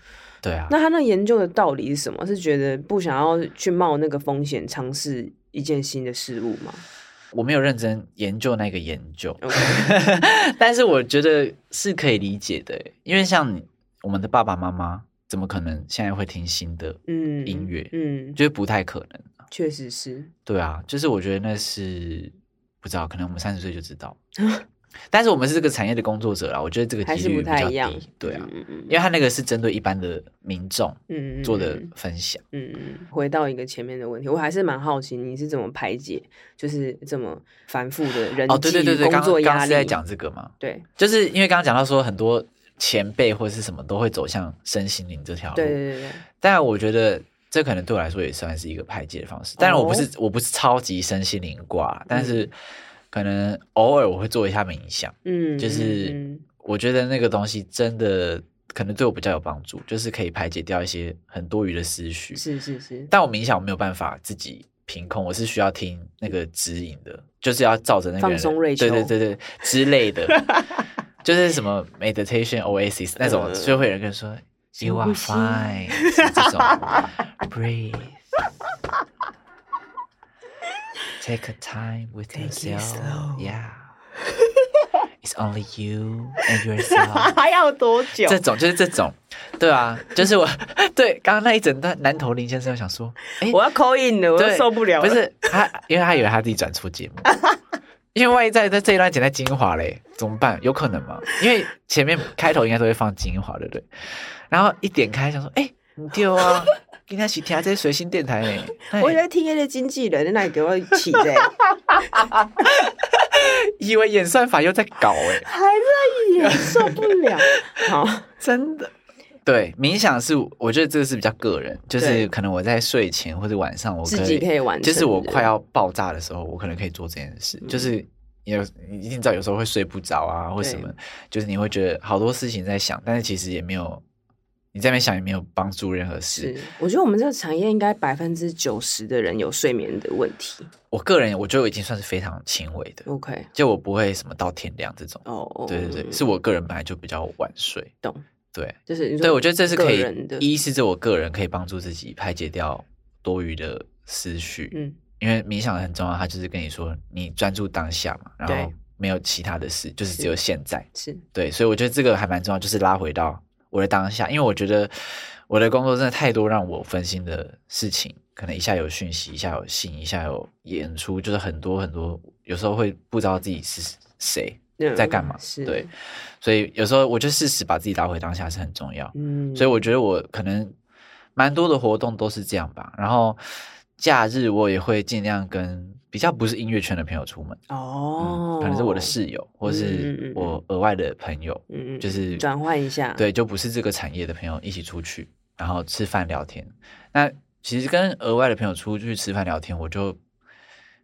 [SPEAKER 2] 对啊，
[SPEAKER 1] 那他那研究的道理是什么？是觉得不想要去冒那个风险尝试一件新的事物吗
[SPEAKER 2] 我没有认真研究那个研究，
[SPEAKER 1] ？OK，
[SPEAKER 2] 但是我觉得是可以理解的耶，因为像你我们的爸爸妈妈，怎么可能现在会听新的？
[SPEAKER 1] 嗯，
[SPEAKER 2] 音乐
[SPEAKER 1] 嗯，
[SPEAKER 2] 就是不太可能。
[SPEAKER 1] 确实是，
[SPEAKER 2] 对啊，就是我觉得那是不知道，可能我们三十岁就知 道，但是我们是这个产业的工作者啦，我觉得这个
[SPEAKER 1] 还
[SPEAKER 2] 几
[SPEAKER 1] 是
[SPEAKER 2] 率
[SPEAKER 1] 不
[SPEAKER 2] 比较
[SPEAKER 1] 太一
[SPEAKER 2] 低
[SPEAKER 1] 样。。
[SPEAKER 2] 对啊，
[SPEAKER 1] 嗯嗯
[SPEAKER 2] 因为他那个是针对一般的民众
[SPEAKER 1] 嗯嗯
[SPEAKER 2] 做的
[SPEAKER 1] 嗯
[SPEAKER 2] 分享。
[SPEAKER 1] 嗯嗯，回到一个前面的问题，我还是蛮好奇你是怎么排解，就是这么繁复的人际、
[SPEAKER 2] 哦，对对对对，
[SPEAKER 1] 工
[SPEAKER 2] 刚
[SPEAKER 1] 作
[SPEAKER 2] 刚刚
[SPEAKER 1] 压
[SPEAKER 2] 是
[SPEAKER 1] 力。
[SPEAKER 2] 在讲这个嘛，
[SPEAKER 1] 对
[SPEAKER 2] 就是因为刚刚讲到说很多前辈或者是什么都会走向身心灵这条路，
[SPEAKER 1] 对对对对，
[SPEAKER 2] 但我觉得这可能对我来说也算是一个排解的方式。当然，我不
[SPEAKER 1] 哦
[SPEAKER 2] 是、我不是超级身心灵挂，但是可能偶尔我会做一下冥想。
[SPEAKER 1] 嗯，
[SPEAKER 2] 就是
[SPEAKER 1] 嗯嗯
[SPEAKER 2] 我觉得那个东西真的可能对我比较有帮助，就是可以排解掉一些很多余的思绪。
[SPEAKER 1] 是是是，
[SPEAKER 2] 但我冥想我没有办法自己凭空，我是需要听那个指引的，就是要照着那个
[SPEAKER 1] 放
[SPEAKER 2] 人
[SPEAKER 1] 松瑞秋
[SPEAKER 2] 对对对对之 类的，就是什么 meditation oasis 那种，
[SPEAKER 1] 嗯
[SPEAKER 2] 就会有人跟你 说 you
[SPEAKER 1] 呼
[SPEAKER 2] are
[SPEAKER 1] 吸
[SPEAKER 2] fine 是这 种 breathe。Take a time with
[SPEAKER 1] Take it
[SPEAKER 2] yourself.
[SPEAKER 1] slow.
[SPEAKER 2] Yeah. It's only you and yourself.
[SPEAKER 1] 还要多久
[SPEAKER 2] 这种就是这种，对啊，就是我 对刚刚那一整段南投林先生，我想说，哎、
[SPEAKER 1] 我要 call in 了，我都
[SPEAKER 2] 对
[SPEAKER 1] 受不了了。
[SPEAKER 2] 不是他，因为他以为他自己转 错节目，因为万一在在这一段剪在精华嘞，怎么办？有可能吗？因为前面开头应该都会放精华，对不对？然后一点开想说，哎、你丢啊，今天是听这些随心电台嘞，
[SPEAKER 1] 我以
[SPEAKER 2] 哎
[SPEAKER 1] 为听 A 的经纪人，那你给我起的，
[SPEAKER 2] 以为演算法又在搞哎、
[SPEAKER 1] 还在演，受不 了。好，
[SPEAKER 2] 真的。对，冥想是我觉得这个是比较个人，就是
[SPEAKER 1] 对
[SPEAKER 2] 可能我在睡前或者晚上，我可以
[SPEAKER 1] 自己可以完成的嗯
[SPEAKER 2] 就是我快要爆炸的时候，我可能可以做这件事。就是也有你一定知道，有时候会睡不着啊，或
[SPEAKER 1] 对
[SPEAKER 2] 什么，就是你会觉得好多事情在想，但是其实也没有你在那边想也没有帮助任何事
[SPEAKER 1] 是。，我觉得我们这个产业应该百分之九十的人有睡眠的问题。
[SPEAKER 2] 我个人我觉得我已经算是非常轻微的，
[SPEAKER 1] OK，
[SPEAKER 2] 就我不会什么到天亮这种。
[SPEAKER 1] 哦，哦
[SPEAKER 2] 对对对，是我个人本来就比较晚睡。
[SPEAKER 1] 嗯懂，
[SPEAKER 2] 对，
[SPEAKER 1] 就是你说
[SPEAKER 2] 对，我觉得这是可
[SPEAKER 1] 个
[SPEAKER 2] 以
[SPEAKER 1] 人的，，
[SPEAKER 2] 一是这我个人可以帮助自己排解掉多余的思绪，
[SPEAKER 1] 嗯，
[SPEAKER 2] 因为冥想很重要，它就是跟你说你专注当下嘛，然后
[SPEAKER 1] 对
[SPEAKER 2] 没有其他的事，就是只有现在。
[SPEAKER 1] 是
[SPEAKER 2] 对，所以我觉得这个还蛮重要，就是拉回到我的当下，因为我觉得我的工作真的太多让我分心的事情，可能一下有讯息，一下有信，一下有演出，就是很多很多，有时候会不知道自己是谁
[SPEAKER 1] 嗯
[SPEAKER 2] 在干嘛。
[SPEAKER 1] 是
[SPEAKER 2] 对，，所以有时候我就适时把自己拉回当下是很重要。
[SPEAKER 1] 嗯，
[SPEAKER 2] 所以我觉得我可能蛮多的活动都是这样吧。然后假日我也会尽量跟比较不是音乐圈的朋友出门，
[SPEAKER 1] 哦
[SPEAKER 2] 嗯，，可能是我的，室友
[SPEAKER 1] 嗯
[SPEAKER 2] 或
[SPEAKER 1] 嗯
[SPEAKER 2] 是
[SPEAKER 1] 嗯嗯
[SPEAKER 2] 我额外的朋友，
[SPEAKER 1] 嗯嗯，
[SPEAKER 2] 就是
[SPEAKER 1] 转换一下，，
[SPEAKER 2] 对，就不是这个产业的朋友一起出去，然后吃饭聊天。那其实跟额外的朋友出去吃饭聊天，我就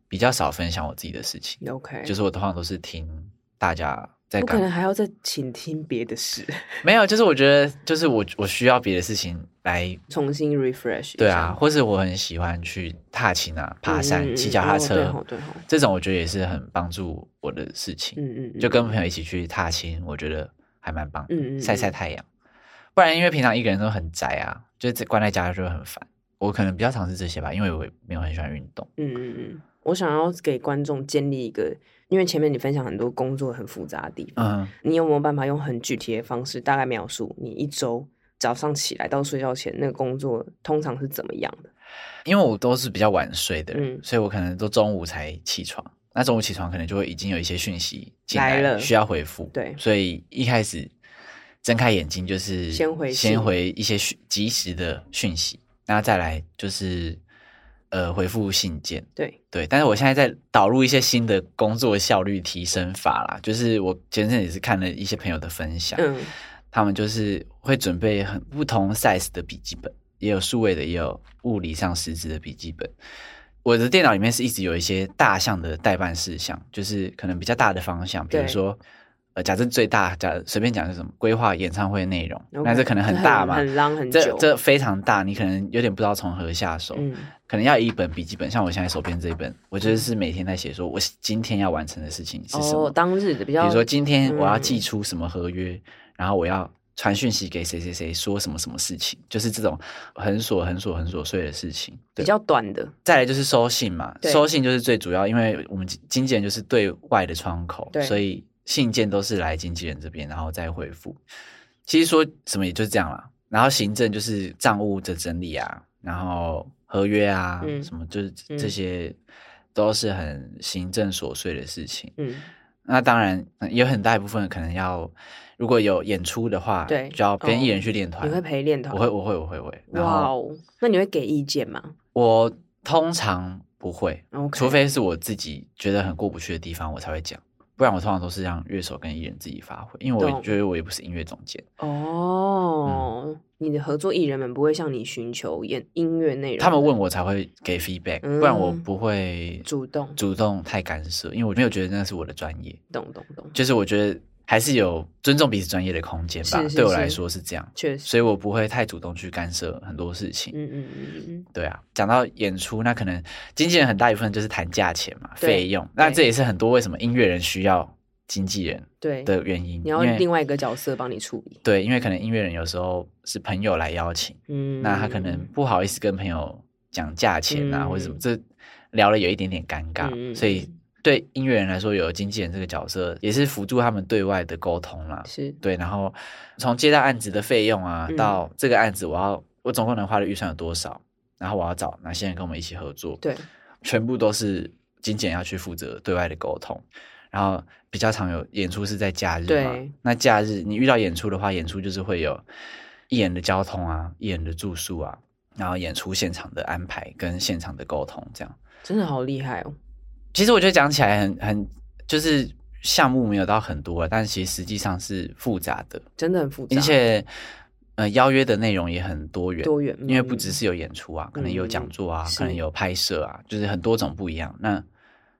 [SPEAKER 2] 比较少分享我自己的事情，
[SPEAKER 1] OK，
[SPEAKER 2] 就是是我通常都是听大家在
[SPEAKER 1] 我
[SPEAKER 2] 干
[SPEAKER 1] 可
[SPEAKER 2] 嘛
[SPEAKER 1] 能还要再请听别的事，
[SPEAKER 2] 没有，就是我觉得就是我我需要别的事情来
[SPEAKER 1] 重新 refresh，一
[SPEAKER 2] 对
[SPEAKER 1] 下
[SPEAKER 2] 啊，，或是我很喜欢去踏青啊、爬
[SPEAKER 1] 嗯嗯
[SPEAKER 2] 山、
[SPEAKER 1] 嗯
[SPEAKER 2] 骑脚踏
[SPEAKER 1] 哦对
[SPEAKER 2] 车
[SPEAKER 1] 吼，对吼
[SPEAKER 2] 这种我觉得也是很帮助我的事情。
[SPEAKER 1] 嗯嗯嗯，
[SPEAKER 2] 就跟朋友一起去踏青，我觉得还蛮棒的，
[SPEAKER 1] 嗯嗯嗯
[SPEAKER 2] 晒晒太阳。不然因为平常一个人都很宅啊，就是关在家就会很烦。我可能比较尝试这些吧，因为我也没有很喜欢运动。
[SPEAKER 1] 嗯嗯嗯，我想要给观众建立一个，因为前面你分享很多工作很复杂的地方，
[SPEAKER 2] 嗯，
[SPEAKER 1] 你有没有办法用很具体的方式大概描述你一周早上起来到睡觉前那个工作通常是怎么样的？
[SPEAKER 2] 因为我都是比较晚睡的人，
[SPEAKER 1] 嗯
[SPEAKER 2] 所以我可能都中午才起床。那中午起床可能就会已经有一些讯息进
[SPEAKER 1] 来
[SPEAKER 2] 来
[SPEAKER 1] 了
[SPEAKER 2] 需要回复。
[SPEAKER 1] 对
[SPEAKER 2] 所以一开始睁开眼睛就是
[SPEAKER 1] 先回信
[SPEAKER 2] 先回一些讯及时的讯息，那再来就是呃回复信件。
[SPEAKER 1] 对，
[SPEAKER 2] 对，但是我现在在导入一些新的工作效率提升法啦，就是我前阵也是看了一些朋友的分享，
[SPEAKER 1] 嗯
[SPEAKER 2] 他们就是会准备很不同 size 的笔记本，也有数位的，也有物理上实质的笔记本。我的电脑里面是一直有一些大项的代办事项，就是可能比较大的方向，比如
[SPEAKER 1] 对
[SPEAKER 2] 说，呃，假设最大，假随便讲是什么，规划演唱会内容
[SPEAKER 1] OK，
[SPEAKER 2] 那这可能很大嘛，
[SPEAKER 1] 很浪很
[SPEAKER 2] 这
[SPEAKER 1] 久，
[SPEAKER 2] 这非常大，你可能有点不知道从何下手，
[SPEAKER 1] 嗯
[SPEAKER 2] 可能要一本笔记本，像我现在手边这一本，我就是每天在写，说我今天要完成的事情是什么，
[SPEAKER 1] 哦，当日的比
[SPEAKER 2] 比
[SPEAKER 1] 较，
[SPEAKER 2] 如说今天我要
[SPEAKER 1] 嗯
[SPEAKER 2] 寄出什么合约，然后我要传讯息给谁谁谁说什么什么事情，就是这种很琐很琐很琐碎的事情。
[SPEAKER 1] 比
[SPEAKER 2] 对，
[SPEAKER 1] 较短的，
[SPEAKER 2] 再来就是收信嘛，
[SPEAKER 1] 对
[SPEAKER 2] 收信就是最主要，因为我们经经纪人就是对外的窗口
[SPEAKER 1] 对，
[SPEAKER 2] 所以信件都是来经纪人这边，然后再回复。其实说什么也就是这样啦。然后行政就是账务的整理啊，然后合约啊，
[SPEAKER 1] 嗯
[SPEAKER 2] 什么就是
[SPEAKER 1] 嗯
[SPEAKER 2] 这些都是很行政琐碎的事情。
[SPEAKER 1] 嗯，
[SPEAKER 2] 那当然，嗯也有很大一部分可能要，如果有演出的话，
[SPEAKER 1] 对
[SPEAKER 2] 就要
[SPEAKER 1] 哦
[SPEAKER 2] 跟艺人去练团。
[SPEAKER 1] 你会陪练团？
[SPEAKER 2] 我会，我会，我会，我会。然
[SPEAKER 1] 哇
[SPEAKER 2] 后
[SPEAKER 1] 哦，那你会给意见吗
[SPEAKER 2] 我通常不会，
[SPEAKER 1] ？OK，
[SPEAKER 2] 除非是我自己觉得很过不去的地方，我才会讲。不然我通常都是让乐手跟艺人自己发挥，因为我
[SPEAKER 1] 懂
[SPEAKER 2] 也觉得我也不是音乐总监，
[SPEAKER 1] 哦，你的合作艺人们不会向你寻求演音乐内容的，
[SPEAKER 2] 他们问我才会给 feedback，、
[SPEAKER 1] 嗯
[SPEAKER 2] 不然我不会
[SPEAKER 1] 主动
[SPEAKER 2] 主动太干涉，因为我没有觉得那是我的专业，
[SPEAKER 1] 懂懂懂，
[SPEAKER 2] 就是我觉得还是有尊重彼此专业的空间吧。
[SPEAKER 1] 是是
[SPEAKER 2] 对我
[SPEAKER 1] 是
[SPEAKER 2] 来说是这样。
[SPEAKER 1] 确实，
[SPEAKER 2] 所以我不会太主动去干涉很多事情。
[SPEAKER 1] 嗯嗯嗯嗯
[SPEAKER 2] 对啊，讲到演出，那可能经纪人很大一部分就是谈价钱嘛，
[SPEAKER 1] 对
[SPEAKER 2] 费用。那
[SPEAKER 1] 对
[SPEAKER 2] 这也是很多为什么音乐人需要经纪人
[SPEAKER 1] 嗯，对，
[SPEAKER 2] 的原因，
[SPEAKER 1] 你要
[SPEAKER 2] 因为
[SPEAKER 1] 另外一个角色帮你处理，
[SPEAKER 2] 对，因为可能音乐人有时候是朋友来邀请，
[SPEAKER 1] 嗯，
[SPEAKER 2] 那他可能不好意思跟朋友讲价钱啊，
[SPEAKER 1] 嗯
[SPEAKER 2] 或者什么，这聊了有一点点尴尬，
[SPEAKER 1] 嗯嗯
[SPEAKER 2] 所以对音乐人来说，有经纪人这个角色也是辅助他们对外的沟通啦。
[SPEAKER 1] 是
[SPEAKER 2] 对，然后从接到案子的费用啊
[SPEAKER 1] 嗯，
[SPEAKER 2] 到这个案子我要我总共能花的预算有多少，然后我要找哪些人跟我们一起合作，
[SPEAKER 1] 对，
[SPEAKER 2] 全部都是经纪人要去负责对外的沟通。然后比较常有演出是在假日嘛
[SPEAKER 1] 对，
[SPEAKER 2] 那假日你遇到演出的话，演出就是会有艺人的交通啊、艺人的住宿啊，然后演出现场的安排跟现场的沟通这样。
[SPEAKER 1] 真的好厉害哦，
[SPEAKER 2] 其实我觉得讲起来很很就是项目没有到很多啊，但其实实际上是复杂的。
[SPEAKER 1] 真的很复杂，
[SPEAKER 2] 而且呃，邀约的内容也很多元，
[SPEAKER 1] 多元，
[SPEAKER 2] 因为不
[SPEAKER 1] 嗯
[SPEAKER 2] 只是有演出啊，可能有讲座啊，
[SPEAKER 1] 是
[SPEAKER 2] 可能有拍摄啊，就是很多种不一样。那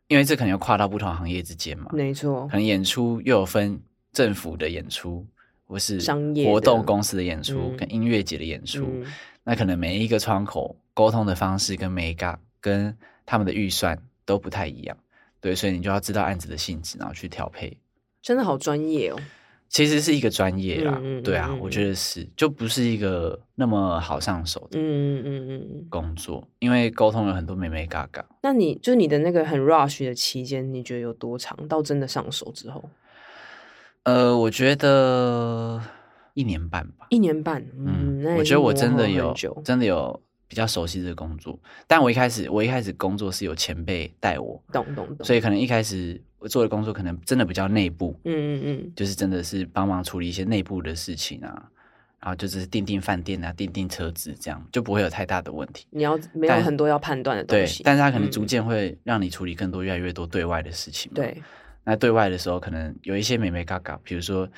[SPEAKER 2] 因为这可能要跨到不同行业之间嘛，
[SPEAKER 1] 没错
[SPEAKER 2] 可，能演出又有分政府的演出，或是
[SPEAKER 1] 商业的
[SPEAKER 2] 活动公司的演出
[SPEAKER 1] 嗯，
[SPEAKER 2] 跟音乐节的演出，
[SPEAKER 1] 嗯
[SPEAKER 2] 那可能每一个窗口沟通的方式跟 mega 跟他们的预算都不太一样。对，所以你就要知道案子的性质，然后去调配
[SPEAKER 1] 真的好专业哦，
[SPEAKER 2] 其实是一个专业啦，
[SPEAKER 1] 嗯嗯
[SPEAKER 2] 对啊
[SPEAKER 1] 嗯嗯，
[SPEAKER 2] 我觉得是，就不是一个那么好上手的
[SPEAKER 1] 嗯嗯嗯嗯嗯。
[SPEAKER 2] 工作，因为沟通有很多美美嘎嘎。
[SPEAKER 1] 那你就是你的那个很 rush 的期间，你觉得有多长？到真的上手之后，
[SPEAKER 2] 呃，我觉得一年半吧，
[SPEAKER 1] 一年半，
[SPEAKER 2] 嗯
[SPEAKER 1] 嗯，那，也
[SPEAKER 2] 我
[SPEAKER 1] 是
[SPEAKER 2] 觉得我
[SPEAKER 1] 磨
[SPEAKER 2] 真
[SPEAKER 1] 合
[SPEAKER 2] 的
[SPEAKER 1] 很
[SPEAKER 2] 有
[SPEAKER 1] 久
[SPEAKER 2] 真的有比较熟悉这个工作，但我一开始我一开始工作是有前辈带我，
[SPEAKER 1] 懂懂懂，
[SPEAKER 2] 所
[SPEAKER 1] 以
[SPEAKER 2] 以可能一开始我做的工作可能真的比较内部，
[SPEAKER 1] 嗯嗯
[SPEAKER 2] 就是真的是帮忙处理一些内部的事情啊，然后就只是订订饭店啊、订订车子这样，就不会有太大的问题。
[SPEAKER 1] 嗯，你要没有
[SPEAKER 2] 但
[SPEAKER 1] 很多要判断的东
[SPEAKER 2] 对
[SPEAKER 1] 西，，
[SPEAKER 2] 但是它可能
[SPEAKER 1] 嗯
[SPEAKER 2] 逐渐会让你处理更多、越来越多对外的事情。，
[SPEAKER 1] 对，
[SPEAKER 2] 那对外的时候，可能有一些美美嘎嘎，比如说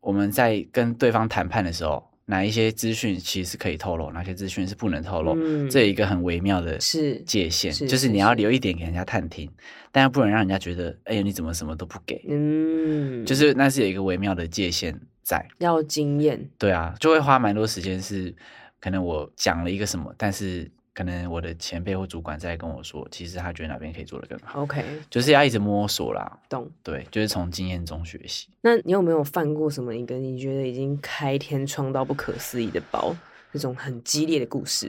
[SPEAKER 2] 我们在跟对方谈判的时候，哪一些资讯其实是可以透露，哪些资讯是不能透露，
[SPEAKER 1] 嗯
[SPEAKER 2] 这有一个很微妙的
[SPEAKER 1] 是
[SPEAKER 2] 界限，
[SPEAKER 1] 是
[SPEAKER 2] 就是
[SPEAKER 1] 是
[SPEAKER 2] 你要
[SPEAKER 1] 是
[SPEAKER 2] 留一点给人家探听，但又不能让人家觉得，哎呀，你怎么什么都不给，
[SPEAKER 1] 嗯，
[SPEAKER 2] 就是那是有一个微妙的界限在。
[SPEAKER 1] 要经验，
[SPEAKER 2] 对啊，就会花蛮多时间是，可能我讲了一个什么，但是可能我的前辈或主管在跟我说，其实他觉得哪边可以做得更好，
[SPEAKER 1] OK，
[SPEAKER 2] 就是要一直摸索啦。
[SPEAKER 1] 懂。
[SPEAKER 2] 对，就是从经验中学习。
[SPEAKER 1] 那你有没有犯过什么一个你觉得已经开天窗到不可思议的包？那种很激烈的故事，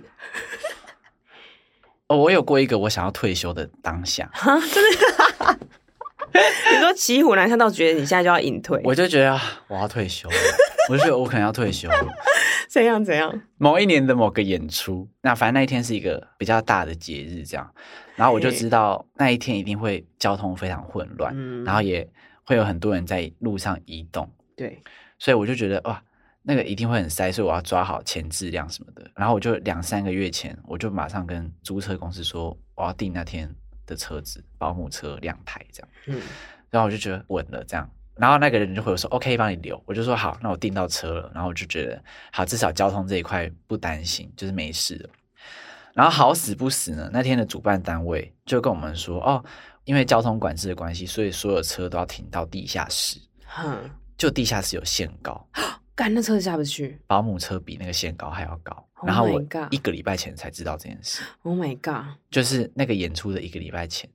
[SPEAKER 2] 哦，我有过一个我想要退休的当下，
[SPEAKER 1] 啊，真的。你说骑虎难下到觉得你现在就要隐退，
[SPEAKER 2] 我就觉得啊我要退休了，我就觉得我可能要退休了。
[SPEAKER 1] 怎样怎样？
[SPEAKER 2] 某一年的某个演出，那反正那一天是一个比较大的节日，这样，然后我就
[SPEAKER 1] 嘿
[SPEAKER 2] 知道那一天一定会交通非常混乱，
[SPEAKER 1] 嗯
[SPEAKER 2] 然后也会有很多人在路上移动，
[SPEAKER 1] 对，
[SPEAKER 2] 所以我就觉得哇，那个一定会很塞，所以我要抓好前质量什么的。然后我就两三个月前，我就马上跟租车公司说，我要订那天的车子，保姆车两台这样。
[SPEAKER 1] 嗯，
[SPEAKER 2] 然后我就觉得稳了这样。然后那个人就回我说 OK，帮你留。我就说好，那我订到车了。然后我就觉得好，至少交通这一块不担心，就是没事了。然后好死不死呢，那天的主办单位就跟我们说哦，因为交通管制的关系，所以所有车都要停到地下室。
[SPEAKER 1] 哼，
[SPEAKER 2] 就地下室有限高，
[SPEAKER 1] 干那车下不去
[SPEAKER 2] 保姆车比那个限高还要高。
[SPEAKER 1] Oh
[SPEAKER 2] 然后我
[SPEAKER 1] my god
[SPEAKER 2] 一个礼拜前才知道这件事，
[SPEAKER 1] ，Oh my god，
[SPEAKER 2] 就是那个演出的一个礼拜前。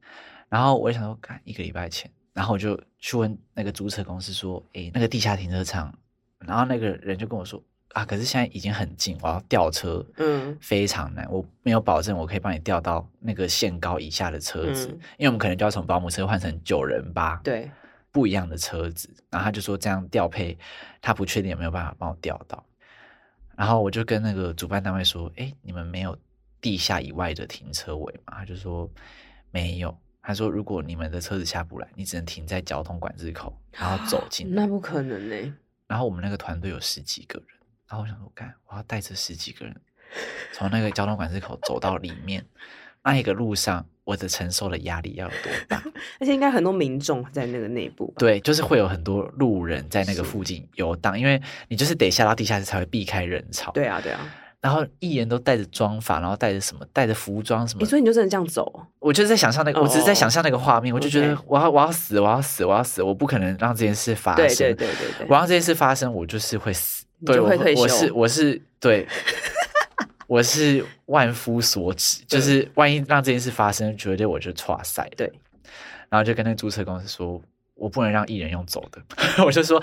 [SPEAKER 2] 然后我就想说，看一个礼拜前，然后我就去问那个租车公司说，诶，那个地下停车场。然后那个人就跟我说，啊，可是现在已经很近，我要调车，
[SPEAKER 1] 嗯
[SPEAKER 2] 非常难，我没有保证我可以帮你调到那个限高以下的车子，
[SPEAKER 1] 嗯
[SPEAKER 2] 因为我们可能就要从保姆车换成九人吧。
[SPEAKER 1] 对，
[SPEAKER 2] 不一样的车子，然后他就说这样调配，他不确定有没有办法帮我调到。然后我就跟那个主办单位说：“哎，你们没有地下以外的停车位吗？”他就说没有。他说：“如果你们的车子下不来，你只能停在交通管制口，然后走进来
[SPEAKER 1] 啊那不可能呢、
[SPEAKER 2] 然后我们那个团队有十几个人，然后我想说，干，我要带这十几个人从那个交通管制口走到里面，那一个路上我的承受的压力要有多大？
[SPEAKER 1] 而且应该很多民众在那个内部吧，
[SPEAKER 2] 对，就是会有很多路人在那个
[SPEAKER 1] 是
[SPEAKER 2] 附近游荡，因为你就是得下到地下室才会避开人潮。
[SPEAKER 1] 对，啊对啊，
[SPEAKER 2] 然后艺人都带着妆发，然后带着什么，带着服装什
[SPEAKER 1] 你、
[SPEAKER 2] 么，
[SPEAKER 1] 欸所以你就真的这样走哦，
[SPEAKER 2] 我就是在想象那个，我只是在
[SPEAKER 1] 哦
[SPEAKER 2] 想象那个画面，我就觉得
[SPEAKER 1] OK
[SPEAKER 2] 我要我要死，我要死，我要死，我不可能让这件事发生。
[SPEAKER 1] 对对对对对，
[SPEAKER 2] 我让这件事发生，我就是会死。
[SPEAKER 1] 你
[SPEAKER 2] 对，
[SPEAKER 1] 就
[SPEAKER 2] 我
[SPEAKER 1] 会退
[SPEAKER 2] 我
[SPEAKER 1] 休
[SPEAKER 2] 是我是 对，我是万夫所指，就是万一让这件事发生，绝对我就垮赛。
[SPEAKER 1] 对，
[SPEAKER 2] 然后就跟那个注册公司说。我不能让艺人用走的， 我就说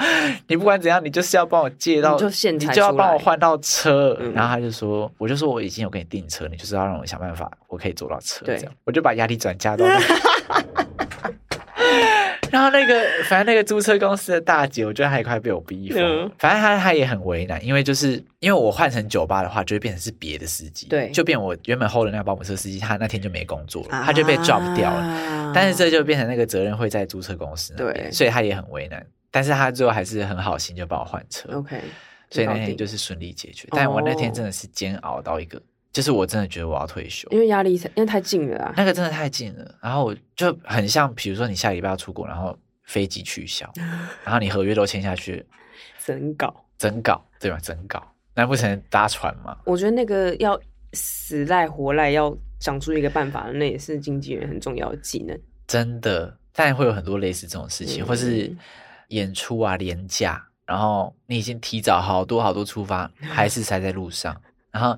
[SPEAKER 2] 你不管怎样，你就是要帮我借到，
[SPEAKER 1] 你就现
[SPEAKER 2] 你
[SPEAKER 1] 采
[SPEAKER 2] 就要
[SPEAKER 1] 出
[SPEAKER 2] 帮我
[SPEAKER 1] 来
[SPEAKER 2] 换到车。
[SPEAKER 1] 嗯
[SPEAKER 2] 然后他就说，我就说我已经有给你订车，你就是要让我想办法，我可以坐到车。
[SPEAKER 1] 对
[SPEAKER 2] 这样我就把压力转嫁到那 个然后那个，反正那个租车公司的大姐，我觉得她也快被我逼疯了。
[SPEAKER 1] 嗯
[SPEAKER 2] 反正她她也很为难，因为就是因为我换成酒吧的话，就会变成是别的司机，
[SPEAKER 1] 对
[SPEAKER 2] 就变我原本 hold 的那个保姆车司机，他那天就没工作了，啊他就被 drop 掉了。
[SPEAKER 1] 啊
[SPEAKER 2] 但是这就变成那个责任会在租车公司那边，
[SPEAKER 1] 对
[SPEAKER 2] 所以他也很为难。但是他最后还是很好心就帮我换车
[SPEAKER 1] OK，
[SPEAKER 2] 所以那
[SPEAKER 1] 搞
[SPEAKER 2] 天
[SPEAKER 1] 定
[SPEAKER 2] 就是顺利解决。但我那天真的是煎熬到一个，就是我真的觉得我要退休，
[SPEAKER 1] 哦因为压力因为太近了啊，
[SPEAKER 2] 那个真的太近了，然后我就很像，比如说你下礼拜要出国，然后飞机取 消，然后你合约都签下去，
[SPEAKER 1] 真搞。
[SPEAKER 2] 整稿对吧？整稿，难不成搭船吗？
[SPEAKER 1] 我觉得那个要死赖活赖要想出一个办法，那也是经纪人很重要的技能。
[SPEAKER 2] 真的，但会有很多类似这种事情，
[SPEAKER 1] 嗯
[SPEAKER 2] 或是演出啊、廉价，然后你已经提早好多好多出发，还是塞在路上，然 后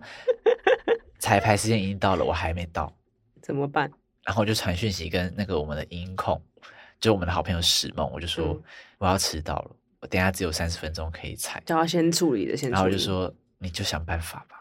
[SPEAKER 2] 彩排时间已经到了，我还没到，
[SPEAKER 1] 怎么办？
[SPEAKER 2] 然后我就传讯息跟那个我们的音控，就我们的好朋友史梦，我就说、
[SPEAKER 1] 嗯
[SPEAKER 2] 我要迟到了，我等一下只有三十分钟可以踩，
[SPEAKER 1] 叫他先处理的，先处理。
[SPEAKER 2] 然后我就说你就想办法 吧，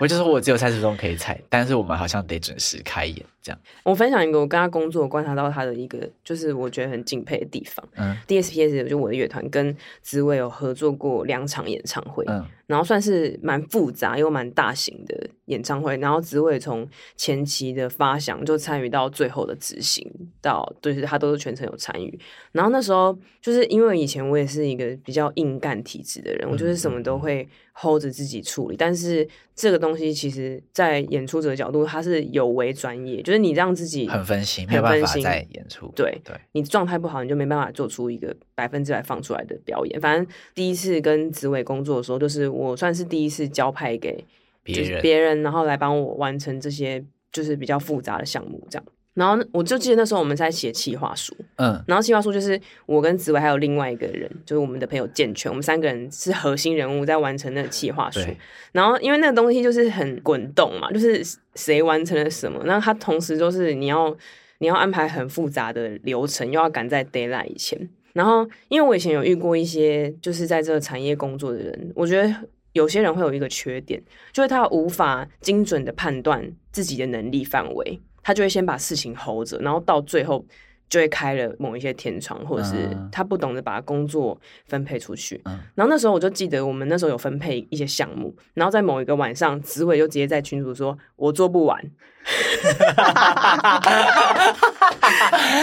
[SPEAKER 2] 我就说我只有三十分钟可以踩，但是我们好像得准时开演这样，
[SPEAKER 1] 我分享一个我跟他工作观察到他的一个，就是我觉得很敬佩的地方。
[SPEAKER 2] 嗯
[SPEAKER 1] DSPS 就我的乐团跟紫薇有合作过两场演唱会，
[SPEAKER 2] 嗯
[SPEAKER 1] 然后算是蛮复杂又蛮大型的演唱会，然后紫薇从前期的发想就参与到最后的执行，到就是他都是全程有参与。然后那时候就是因为以前我也是一个比较硬干体质的人，我就是什么都会 hold 着自己处理，但是这个东西其实在演出者的角度，它是有违专业，就是你让自己
[SPEAKER 2] 很分心，没有
[SPEAKER 1] 很
[SPEAKER 2] 办
[SPEAKER 1] 分
[SPEAKER 2] 法
[SPEAKER 1] 心
[SPEAKER 2] 再演出，
[SPEAKER 1] 对
[SPEAKER 2] 对，
[SPEAKER 1] 你状态不好，你就没办法做出一个百分之百放出来的表演。反正第一次跟紫伟工作的时候，就是我算是第一次交派给
[SPEAKER 2] 别
[SPEAKER 1] 就是
[SPEAKER 2] 人
[SPEAKER 1] 别人，然后来帮我完成这些就是比较复杂的项目这样。然后我就记得那时候我们在写企划书，
[SPEAKER 2] 嗯
[SPEAKER 1] 然后企划书就是我跟紫伟还有另外一个人，就是我们的朋友健全，我们三个人是核心人物在完成那个企划书。
[SPEAKER 2] 对，
[SPEAKER 1] 然后因为那个东西就是很滚动嘛，就是谁完成了什么，那它同时就是你要你要安排很复杂的流程，又要赶在 d a y l i g h t 以前。然后，因为我以前有遇过一些就是在这个产业工作的人，我觉得有些人会有一个缺点，就是他无法精准的判断自己的能力范围，他就会先把事情 hold 着，然后到最后就会开了某一些天窗，或者是
[SPEAKER 2] 嗯
[SPEAKER 1] 他不懂得把工作分配出去。
[SPEAKER 2] 嗯
[SPEAKER 1] 然后那时候我就记得我们那时候有分配一些项目，然后在某一个晚上，紫伟就直接在群组说：“我做不完，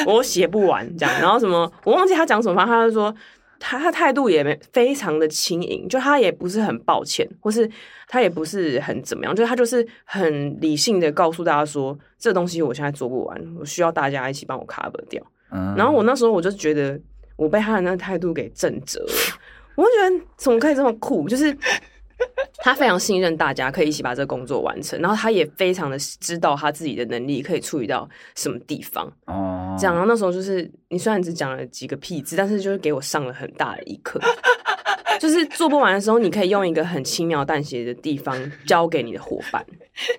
[SPEAKER 1] 我写不完。”这样，然后什么我忘记他讲什么，反正他就说。他他态度也没非常的轻盈，就他也不是很抱歉，或是他也不是很怎么样，就是他就是很理性的告诉大家说，这东西我现在做不完，我需要大家一起帮我 cover 掉。
[SPEAKER 2] 嗯，
[SPEAKER 1] 然后我那时候我就觉得我被他的那个态度给震折了，我就觉得怎么可以这么酷？就是他非常信任大家，可以一起把这个工作完成，然后他也非常的知道他自己的能力可以处理到什么地方。
[SPEAKER 2] 哦，
[SPEAKER 1] 这样，然啊后那时候就是你虽然只讲了几个屁字，但是就是给我上了很大的一 课。就是做不完的时候，你可以用一个很轻描淡写的地方交给你的伙伴。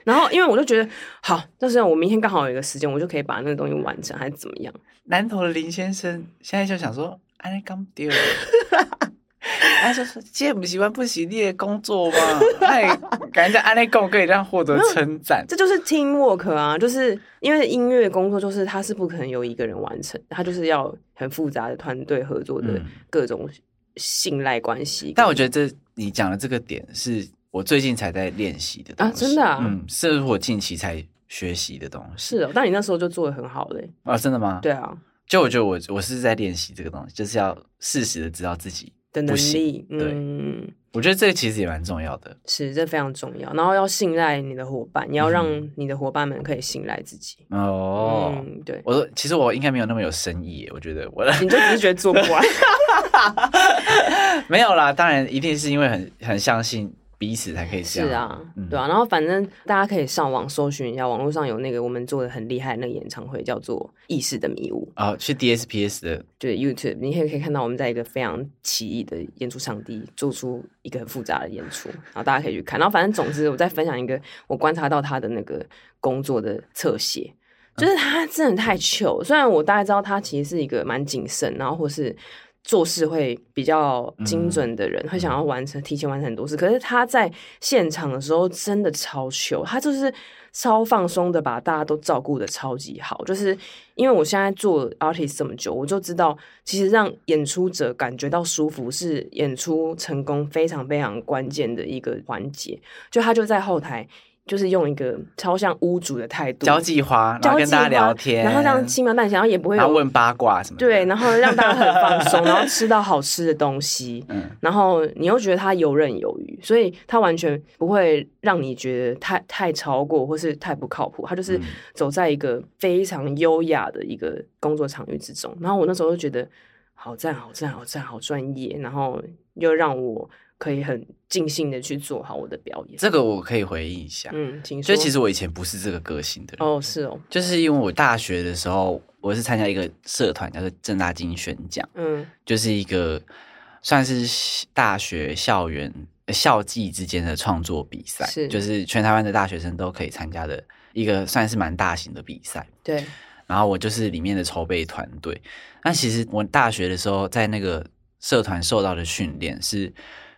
[SPEAKER 1] 然后，因为我就觉得好，但是我明天刚好有一个时间，我就可以把那个东西完成，还是怎么样？
[SPEAKER 2] 南投的林先生现在就想说，安尼刚 丢。他就说：“这不喜欢不喜你的工作吗？哎，感觉安内共可以让获得称 赞。
[SPEAKER 1] 这就是 teamwork 啊，就是因为音乐工作就是它是不可能由一个人完成，它就是要很复杂的团队合作的
[SPEAKER 2] 嗯
[SPEAKER 1] 各种信赖关系。
[SPEAKER 2] 但我觉得这你讲的这个点是我最近才在练习的东西
[SPEAKER 1] 啊真的啊
[SPEAKER 2] 嗯，是我近期才学习的东西
[SPEAKER 1] 是哦，但你那时候就做的很好嘞、
[SPEAKER 2] 啊，真的吗？
[SPEAKER 1] 对，啊，
[SPEAKER 2] 就我觉得我我是在练习这个东西，就是要适时的知道自己
[SPEAKER 1] 的能
[SPEAKER 2] 不行。
[SPEAKER 1] 力，
[SPEAKER 2] 对
[SPEAKER 1] 嗯。
[SPEAKER 2] 我觉得这个其实也蛮重要的，
[SPEAKER 1] 是，这非常重要。然后要信赖你的伙伴，你要让
[SPEAKER 2] 嗯
[SPEAKER 1] 你的伙伴们可以信赖自己。
[SPEAKER 2] 哦，
[SPEAKER 1] 嗯，对，
[SPEAKER 2] 我说其实我应该没有那么有深意耶，我觉得我的
[SPEAKER 1] 你就只是觉得做不 完。
[SPEAKER 2] 没有啦，当然一定是因为很很相信彼此才可以这
[SPEAKER 1] 是
[SPEAKER 2] 样。
[SPEAKER 1] 啊，
[SPEAKER 2] 嗯
[SPEAKER 1] 对啊。然后反正大家可以上网搜寻一下，网络上有那个我们做的很厉害的那个演唱会，叫做《意识的迷雾》，
[SPEAKER 2] 哦，去 DSPS 的，
[SPEAKER 1] 就是 YouTube，你也可以看到我们在一个非常奇异的演出场地做出一个很复杂的演出，然后大家可以去看。然后反正总之，我再分享一个我观察到他的那个工作的侧写，就是他真的太糗。虽然我大概知道他其实是一个蛮谨慎，然后或是做事会比较精准的人，会想要完成提前完成很多事。可是他在现场的时候真的超糗，他就是超放松的，把大家都照顾的超级好。就是因为我现在做 artist 这么久，我就知道其实让演出者感觉到舒服是演出成功非常非常关键的一个环节。就他就在后台。就是用一个超像屋主的态度，
[SPEAKER 2] 交际花，然后跟大家聊天，
[SPEAKER 1] 然后这样轻描淡写，然后也不会
[SPEAKER 2] 然后
[SPEAKER 1] 有
[SPEAKER 2] 问八卦什么的。
[SPEAKER 1] 对，然后让大家很放松，然后吃到好吃的东西，
[SPEAKER 2] 嗯
[SPEAKER 1] 然后你又觉得他游刃有余，所以他完全不会让你觉得太太超过或是太不靠谱，他就是
[SPEAKER 2] 嗯
[SPEAKER 1] 走在一个非常优雅的一个工作场域之中。然后我那时候就觉得好赞，好赞，好赞，好专业，然后又让我可以很尽兴的去做好我的表演。
[SPEAKER 2] 这个我可以回应一下，
[SPEAKER 1] 嗯，请
[SPEAKER 2] 就
[SPEAKER 1] 说。
[SPEAKER 2] 其实我以前不是这个个性的人，
[SPEAKER 1] 哦，是哦，
[SPEAKER 2] 就是因为我大学的时候，我是参加一个社团叫做正大金选奖，
[SPEAKER 1] 嗯
[SPEAKER 2] 就是一个算是大学校园呃校际之间的创作比赛，
[SPEAKER 1] 是
[SPEAKER 2] 就是全台湾的大学生都可以参加的一个算是蛮大型的比赛。
[SPEAKER 1] 对，
[SPEAKER 2] 然后我就是里面的筹备团队。那其实我大学的时候在那个社团受到的训练是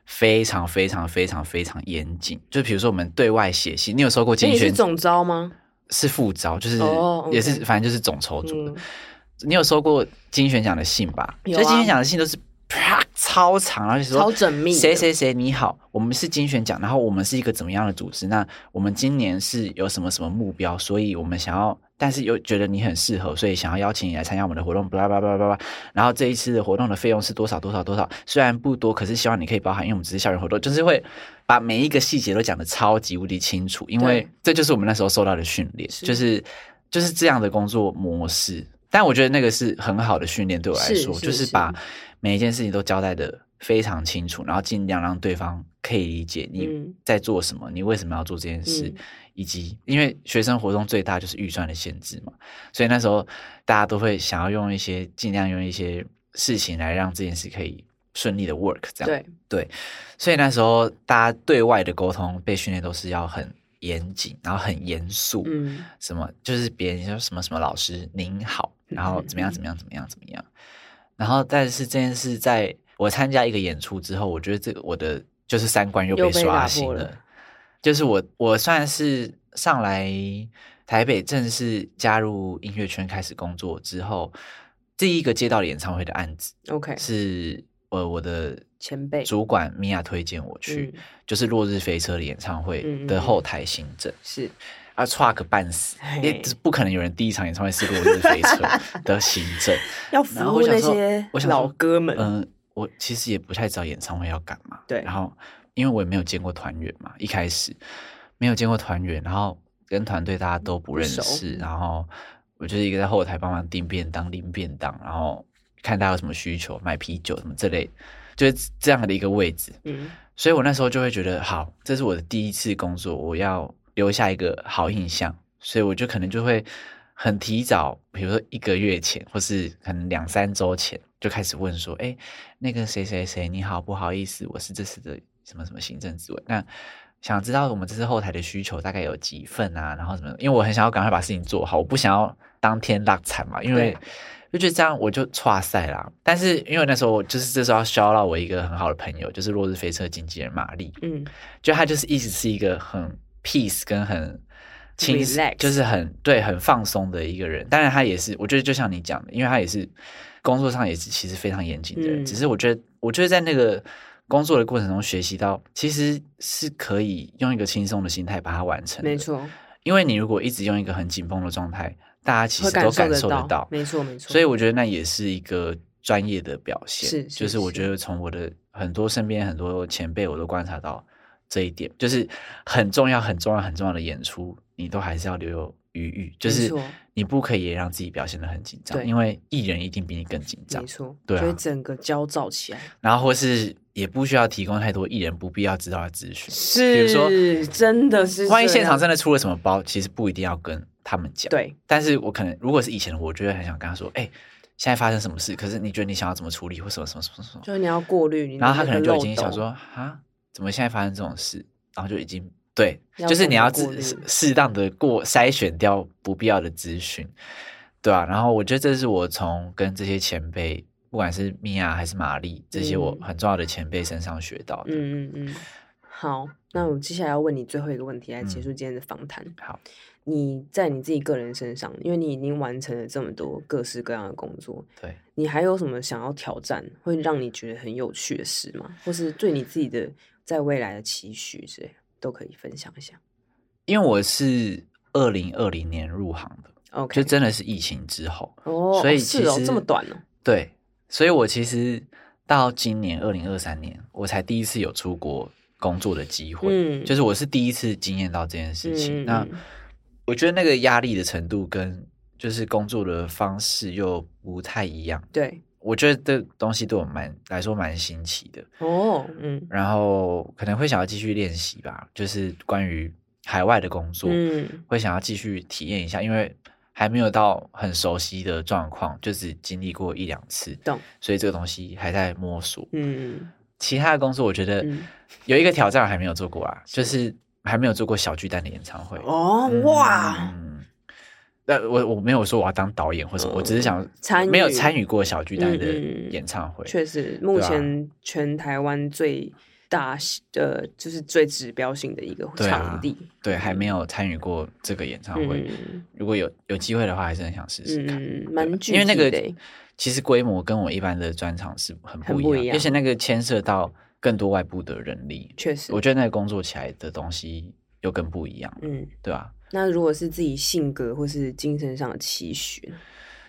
[SPEAKER 2] 非常非常非常非常严谨，就比如说我们对外写信，你有收过
[SPEAKER 1] 那
[SPEAKER 2] 精
[SPEAKER 1] 你是
[SPEAKER 2] 选
[SPEAKER 1] 总招吗？
[SPEAKER 2] 是副招，就是
[SPEAKER 1] 哦，OK
[SPEAKER 2] 也是反正就是总筹组的
[SPEAKER 1] 嗯。
[SPEAKER 2] 你有收过金选奖的信吧？
[SPEAKER 1] 有啊
[SPEAKER 2] 所以金选奖的信都是啪超长，然后就说
[SPEAKER 1] 超缜密的
[SPEAKER 2] 谁谁谁你好，我们是金选奖，然后我们是一个怎么样的组织？那我们今年是有什么什么目标？所以我们想要，但是又觉得你很适合，所以想要邀请你来参加我们的活动，巴拉巴拉巴拉巴拉。然后这一次的活动的费用是多少多少多少？虽然不多，可是希望你可以包含，因为我们只是校园活动，就是会把每一个细节都讲的超级无敌清楚，因为
[SPEAKER 1] 对
[SPEAKER 2] 这就是我们那时候受到的训练，
[SPEAKER 1] 是
[SPEAKER 2] 就是就是这样的工作模式。但我觉得那个是很好的训练，对我来
[SPEAKER 1] 是
[SPEAKER 2] 说，
[SPEAKER 1] 是
[SPEAKER 2] 就是
[SPEAKER 1] 是
[SPEAKER 2] 把每一件事情都交代的非常清楚，然后尽量让对方可以理解你
[SPEAKER 1] 嗯
[SPEAKER 2] 在做什么，你为什么要做这件事，
[SPEAKER 1] 嗯
[SPEAKER 2] 以及因为学生活动最大就是预算的限制嘛，所以那时候大家都会想要用一些尽量用一些事情来让这件事可以顺利的 work 这样。
[SPEAKER 1] 对，
[SPEAKER 2] 对，所以那时候大家对外的沟通被训练都是要很严谨，然后很严肃，
[SPEAKER 1] 嗯，
[SPEAKER 2] 什么就是别人说什么什么老师您好，
[SPEAKER 1] 嗯
[SPEAKER 2] 然后怎么样怎么样怎么样怎么样，然后但是这件事在我参加一个演出之后，我觉得这个我的就是三观又
[SPEAKER 1] 又
[SPEAKER 2] 被
[SPEAKER 1] 被
[SPEAKER 2] 刷
[SPEAKER 1] 打
[SPEAKER 2] 新
[SPEAKER 1] 破
[SPEAKER 2] 了。
[SPEAKER 1] 了
[SPEAKER 2] 就是我，我算是上来台北正式加入音乐圈开始工作之后，第一个接到的演唱会的案子
[SPEAKER 1] ，OK，
[SPEAKER 2] 是呃我的
[SPEAKER 1] 前辈
[SPEAKER 2] 主管米娅推荐我去，
[SPEAKER 1] 嗯
[SPEAKER 2] 就是落日飞车的演唱会
[SPEAKER 1] 嗯嗯
[SPEAKER 2] 的
[SPEAKER 1] 嗯
[SPEAKER 2] 后台行政。
[SPEAKER 1] 是
[SPEAKER 2] 啊，差个半死，也
[SPEAKER 1] 嘿
[SPEAKER 2] 不可能有人第一场演唱会是落日飞 车的行政。
[SPEAKER 1] 要服
[SPEAKER 2] 然后
[SPEAKER 1] 务
[SPEAKER 2] 我想
[SPEAKER 1] 那
[SPEAKER 2] 说
[SPEAKER 1] 些
[SPEAKER 2] 我想说
[SPEAKER 1] 老哥们，
[SPEAKER 2] 嗯、我其实也不太知道演唱会要干嘛。
[SPEAKER 1] 对
[SPEAKER 2] 然后因为我也没有见过团员嘛，一开始没有见过团员，然后跟团队大家都不认
[SPEAKER 1] 不熟
[SPEAKER 2] 识，然后我就是一个在后台帮忙订便当、拎便当，然后看大家有什么需求，买啤酒什么这类，就是这样的一个位置。
[SPEAKER 1] 嗯，
[SPEAKER 2] 所以我那时候就会觉得，好，这是我的第一次工作，我要留下一个好印象，所以我就可能就会很提早，比如说一个月前，或是可能两三周前就开始问说，哎，那个谁谁谁，你好，不好意思，我是这次的什么什么行政职位，那想知道我们这次后台的需求大概有几份啊，然后什么，因为我很想要赶快把事情做好，我不想要当天落惨嘛，因为
[SPEAKER 1] 对。
[SPEAKER 2] 就觉得这样我就岔赛啦，但是因为那时候我就是这时候要消到我一个很好的朋友，就是落日飞车经纪人玛丽，
[SPEAKER 1] 嗯，
[SPEAKER 2] 就他就是一直是一个很 peace 跟很轻
[SPEAKER 1] Relax
[SPEAKER 2] 就是很对很放松的一个人。当然他也是，我觉得就像你讲的，因为他也是工作上也是其实非常严谨的人，
[SPEAKER 1] 嗯
[SPEAKER 2] 只是我觉得我觉得在那个工作的过程中学习到，其实是可以用一个轻松的心态把它完成。
[SPEAKER 1] 没，错，
[SPEAKER 2] 因为你如果一直用一个很紧绷的状态，大家其
[SPEAKER 1] 会
[SPEAKER 2] 实都
[SPEAKER 1] 受
[SPEAKER 2] 感
[SPEAKER 1] 得
[SPEAKER 2] 受得到。
[SPEAKER 1] 没错没错，
[SPEAKER 2] 所以我觉得那也是一个专业的表现，
[SPEAKER 1] 是
[SPEAKER 2] 就是是我
[SPEAKER 1] 是
[SPEAKER 2] 觉得从我的很多身边很多前辈，我都观察到这一点，就是很重要、很重要、很重要的演出，你都还是要留有余裕，就
[SPEAKER 1] 没
[SPEAKER 2] 是
[SPEAKER 1] 错
[SPEAKER 2] 你不可以也让自己表现得很紧张，
[SPEAKER 1] 对
[SPEAKER 2] 因为艺人一定比你更紧张
[SPEAKER 1] 没，错，
[SPEAKER 2] 对啊
[SPEAKER 1] 就会整个焦躁起来，
[SPEAKER 2] 然后或是也不需要提供太多艺人不必要知道的资讯，
[SPEAKER 1] 是
[SPEAKER 2] 比如说
[SPEAKER 1] 真的是这样，
[SPEAKER 2] 万一现场真的出了什么包，其实不一定要跟他们讲，
[SPEAKER 1] 对
[SPEAKER 2] 但是我可能如果是以前的我，我就会很想跟他说，哎、现在发生什么事？可是你觉得你想要怎么处理，或什么什么什么什么？
[SPEAKER 1] 就是你要过滤，你
[SPEAKER 2] 然后他
[SPEAKER 1] 那个
[SPEAKER 2] 可能就已
[SPEAKER 1] 漏
[SPEAKER 2] 经
[SPEAKER 1] 斗
[SPEAKER 2] 想说，啊，怎么现在发生这种事？然后就已经对，
[SPEAKER 1] 要
[SPEAKER 2] 就是
[SPEAKER 1] 懂
[SPEAKER 2] 你
[SPEAKER 1] 得
[SPEAKER 2] 要
[SPEAKER 1] 过
[SPEAKER 2] 自
[SPEAKER 1] 滤
[SPEAKER 2] 适适当的过筛选掉不必要的资讯，对啊。然后我觉得这是我从跟这些前辈，不管是米娅还是玛丽这些我
[SPEAKER 1] 嗯
[SPEAKER 2] 很重要的前辈身上学到的。
[SPEAKER 1] 嗯嗯嗯，好，那我接下来要问你最后一个问题，来结束今天的访谈。
[SPEAKER 2] 嗯好，
[SPEAKER 1] 你在你自己个人身上，因为你已经完成了这么多各式各样的工作，
[SPEAKER 2] 对。
[SPEAKER 1] 你还有什么想要挑战，会让你觉得很有趣的事吗？或是对你自己的在未来的期许之类的，都可以分享一下。
[SPEAKER 2] 因为我是二零二零年入行的，
[SPEAKER 1] OK，
[SPEAKER 2] 就真的是疫情之后，
[SPEAKER 1] 哦，
[SPEAKER 2] 所以
[SPEAKER 1] 哦
[SPEAKER 2] 其
[SPEAKER 1] 是
[SPEAKER 2] 实、
[SPEAKER 1] 哦，这么短哦，
[SPEAKER 2] 对，所以我其实到今年二零二三年，我才第一次有出国工作的机会，
[SPEAKER 1] 嗯
[SPEAKER 2] 就是我是第一次经验到这件事情。
[SPEAKER 1] 嗯
[SPEAKER 2] 那
[SPEAKER 1] 嗯
[SPEAKER 2] 我觉得那个压力的程度跟就是工作的方式又不太一样，
[SPEAKER 1] 对，
[SPEAKER 2] 我觉得这东西对我蛮来说蛮新奇的。
[SPEAKER 1] 哦，嗯
[SPEAKER 2] 然后可能会想要继续练习吧，就是关于海外的工作，
[SPEAKER 1] 嗯，
[SPEAKER 2] 会想要继续体验一下，因为还没有到很熟悉的状况，就只经历过一两次，
[SPEAKER 1] 懂，
[SPEAKER 2] 所以这个东西还在摸索。
[SPEAKER 1] 嗯
[SPEAKER 2] 其他的工作我觉得
[SPEAKER 1] 嗯
[SPEAKER 2] 有一个挑战我还没有做过啊，就是还没有做过小巨蛋的演唱会。
[SPEAKER 1] 哦，哇，
[SPEAKER 2] 嗯，那我我没有说我要当导演或什么，
[SPEAKER 1] 嗯
[SPEAKER 2] 我只是想
[SPEAKER 1] 参与
[SPEAKER 2] 没有参与过小巨蛋的
[SPEAKER 1] 嗯嗯嗯
[SPEAKER 2] 演唱会。
[SPEAKER 1] 确实，目
[SPEAKER 2] 对啊
[SPEAKER 1] 前全台湾最大呃，就是最指标性的一个
[SPEAKER 2] 对啊
[SPEAKER 1] 场地，
[SPEAKER 2] 对，还没有参与过这个演唱会。
[SPEAKER 1] 嗯
[SPEAKER 2] 如果有有机会的话，还是很想试试看。
[SPEAKER 1] 嗯，
[SPEAKER 2] 对啊
[SPEAKER 1] 蛮具
[SPEAKER 2] 因为那
[SPEAKER 1] 体的
[SPEAKER 2] 个
[SPEAKER 1] 欸，
[SPEAKER 2] 其实规模跟我一般的专场是很
[SPEAKER 1] 很
[SPEAKER 2] 不一
[SPEAKER 1] 不
[SPEAKER 2] 样，
[SPEAKER 1] 一样
[SPEAKER 2] 而且那个牵涉到更多外部的人力，
[SPEAKER 1] 确实
[SPEAKER 2] 我，觉得那个工作起来的东西又更不一样，
[SPEAKER 1] 嗯，
[SPEAKER 2] 对吧、
[SPEAKER 1] 那如果是自己性格或是精神上的期许呢，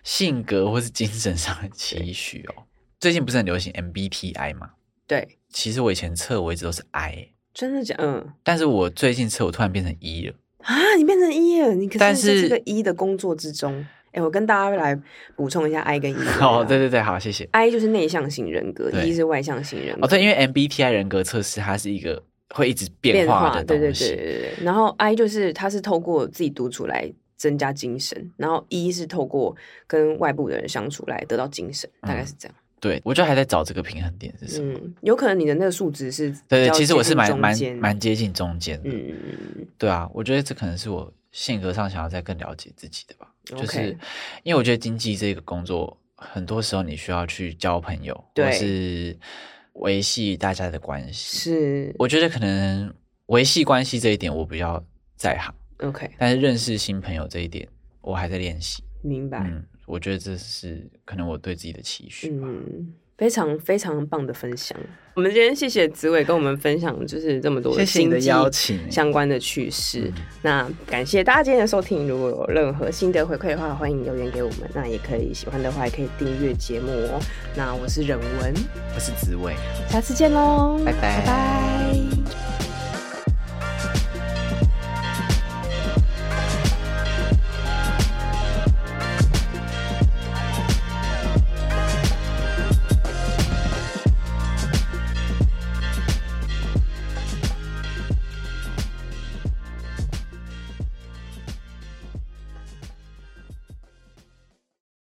[SPEAKER 2] 性格或是精神上的期许哦，最近不是很流行 MBTI 嘛？
[SPEAKER 1] 对，
[SPEAKER 2] 其实我以前测我一直都是 I，
[SPEAKER 1] 真的假？嗯
[SPEAKER 2] 但是我最近测我突然变成 E 了。
[SPEAKER 1] 啊，你变成 E 了，你可
[SPEAKER 2] 但
[SPEAKER 1] 在
[SPEAKER 2] 是
[SPEAKER 1] 这个 E 的工作之中，哎，我跟大家来补充一下 I 跟 E 的
[SPEAKER 2] 哦，对
[SPEAKER 1] 对
[SPEAKER 2] 对对，好，谢谢。
[SPEAKER 1] ，I 就是内向型人格
[SPEAKER 2] 对
[SPEAKER 1] ，E 是外向型人格，
[SPEAKER 2] 哦，对，因为 MBTI 人格测试它是一个会一直变化的
[SPEAKER 1] 对对
[SPEAKER 2] 东
[SPEAKER 1] 对对
[SPEAKER 2] 西，
[SPEAKER 1] 对。对然后 I 就是它是透过自己独处来增加精神，然后 E 是透过跟外部的人相处来得到精神，大概是这样。
[SPEAKER 2] 对我就还在找这个平衡嗯点是什么。
[SPEAKER 1] 嗯，有可能你的那个数值是
[SPEAKER 2] 对
[SPEAKER 1] 比
[SPEAKER 2] 对，
[SPEAKER 1] 较
[SPEAKER 2] 其实我是
[SPEAKER 1] 接近
[SPEAKER 2] 蛮
[SPEAKER 1] 中
[SPEAKER 2] 蛮
[SPEAKER 1] 间
[SPEAKER 2] 蛮接近中间的，
[SPEAKER 1] 嗯
[SPEAKER 2] 对啊，我觉得这可能是我性格上想要再更了解自己的吧，就
[SPEAKER 1] OK
[SPEAKER 2] 是因为我觉得经济这个工作，很多时候你需要去交朋友，或
[SPEAKER 1] 对
[SPEAKER 2] 是维系大家的关系。
[SPEAKER 1] 是
[SPEAKER 2] 我觉得可能维系关系这一点我比较在行，
[SPEAKER 1] OK，
[SPEAKER 2] 但是认识新朋友这一点我还在练习。
[SPEAKER 1] 明白。
[SPEAKER 2] 嗯，我觉得这是可能我对自己的期许吧。
[SPEAKER 1] 嗯，非常非常棒的分享。我们今天谢谢紫伟跟我们分享，就是这么多
[SPEAKER 2] 谢谢你
[SPEAKER 1] 经
[SPEAKER 2] 的
[SPEAKER 1] 济
[SPEAKER 2] 邀请，
[SPEAKER 1] 相关的趣事。
[SPEAKER 2] 嗯
[SPEAKER 1] 那感谢大家今天的收听，如果有任何心得回馈的话，欢迎留言给我们。那也可以喜欢的话，也可以订阅节目哦。那我是忍文，
[SPEAKER 2] 我是紫薇。
[SPEAKER 1] 下次见喽，
[SPEAKER 2] 拜拜
[SPEAKER 1] 拜拜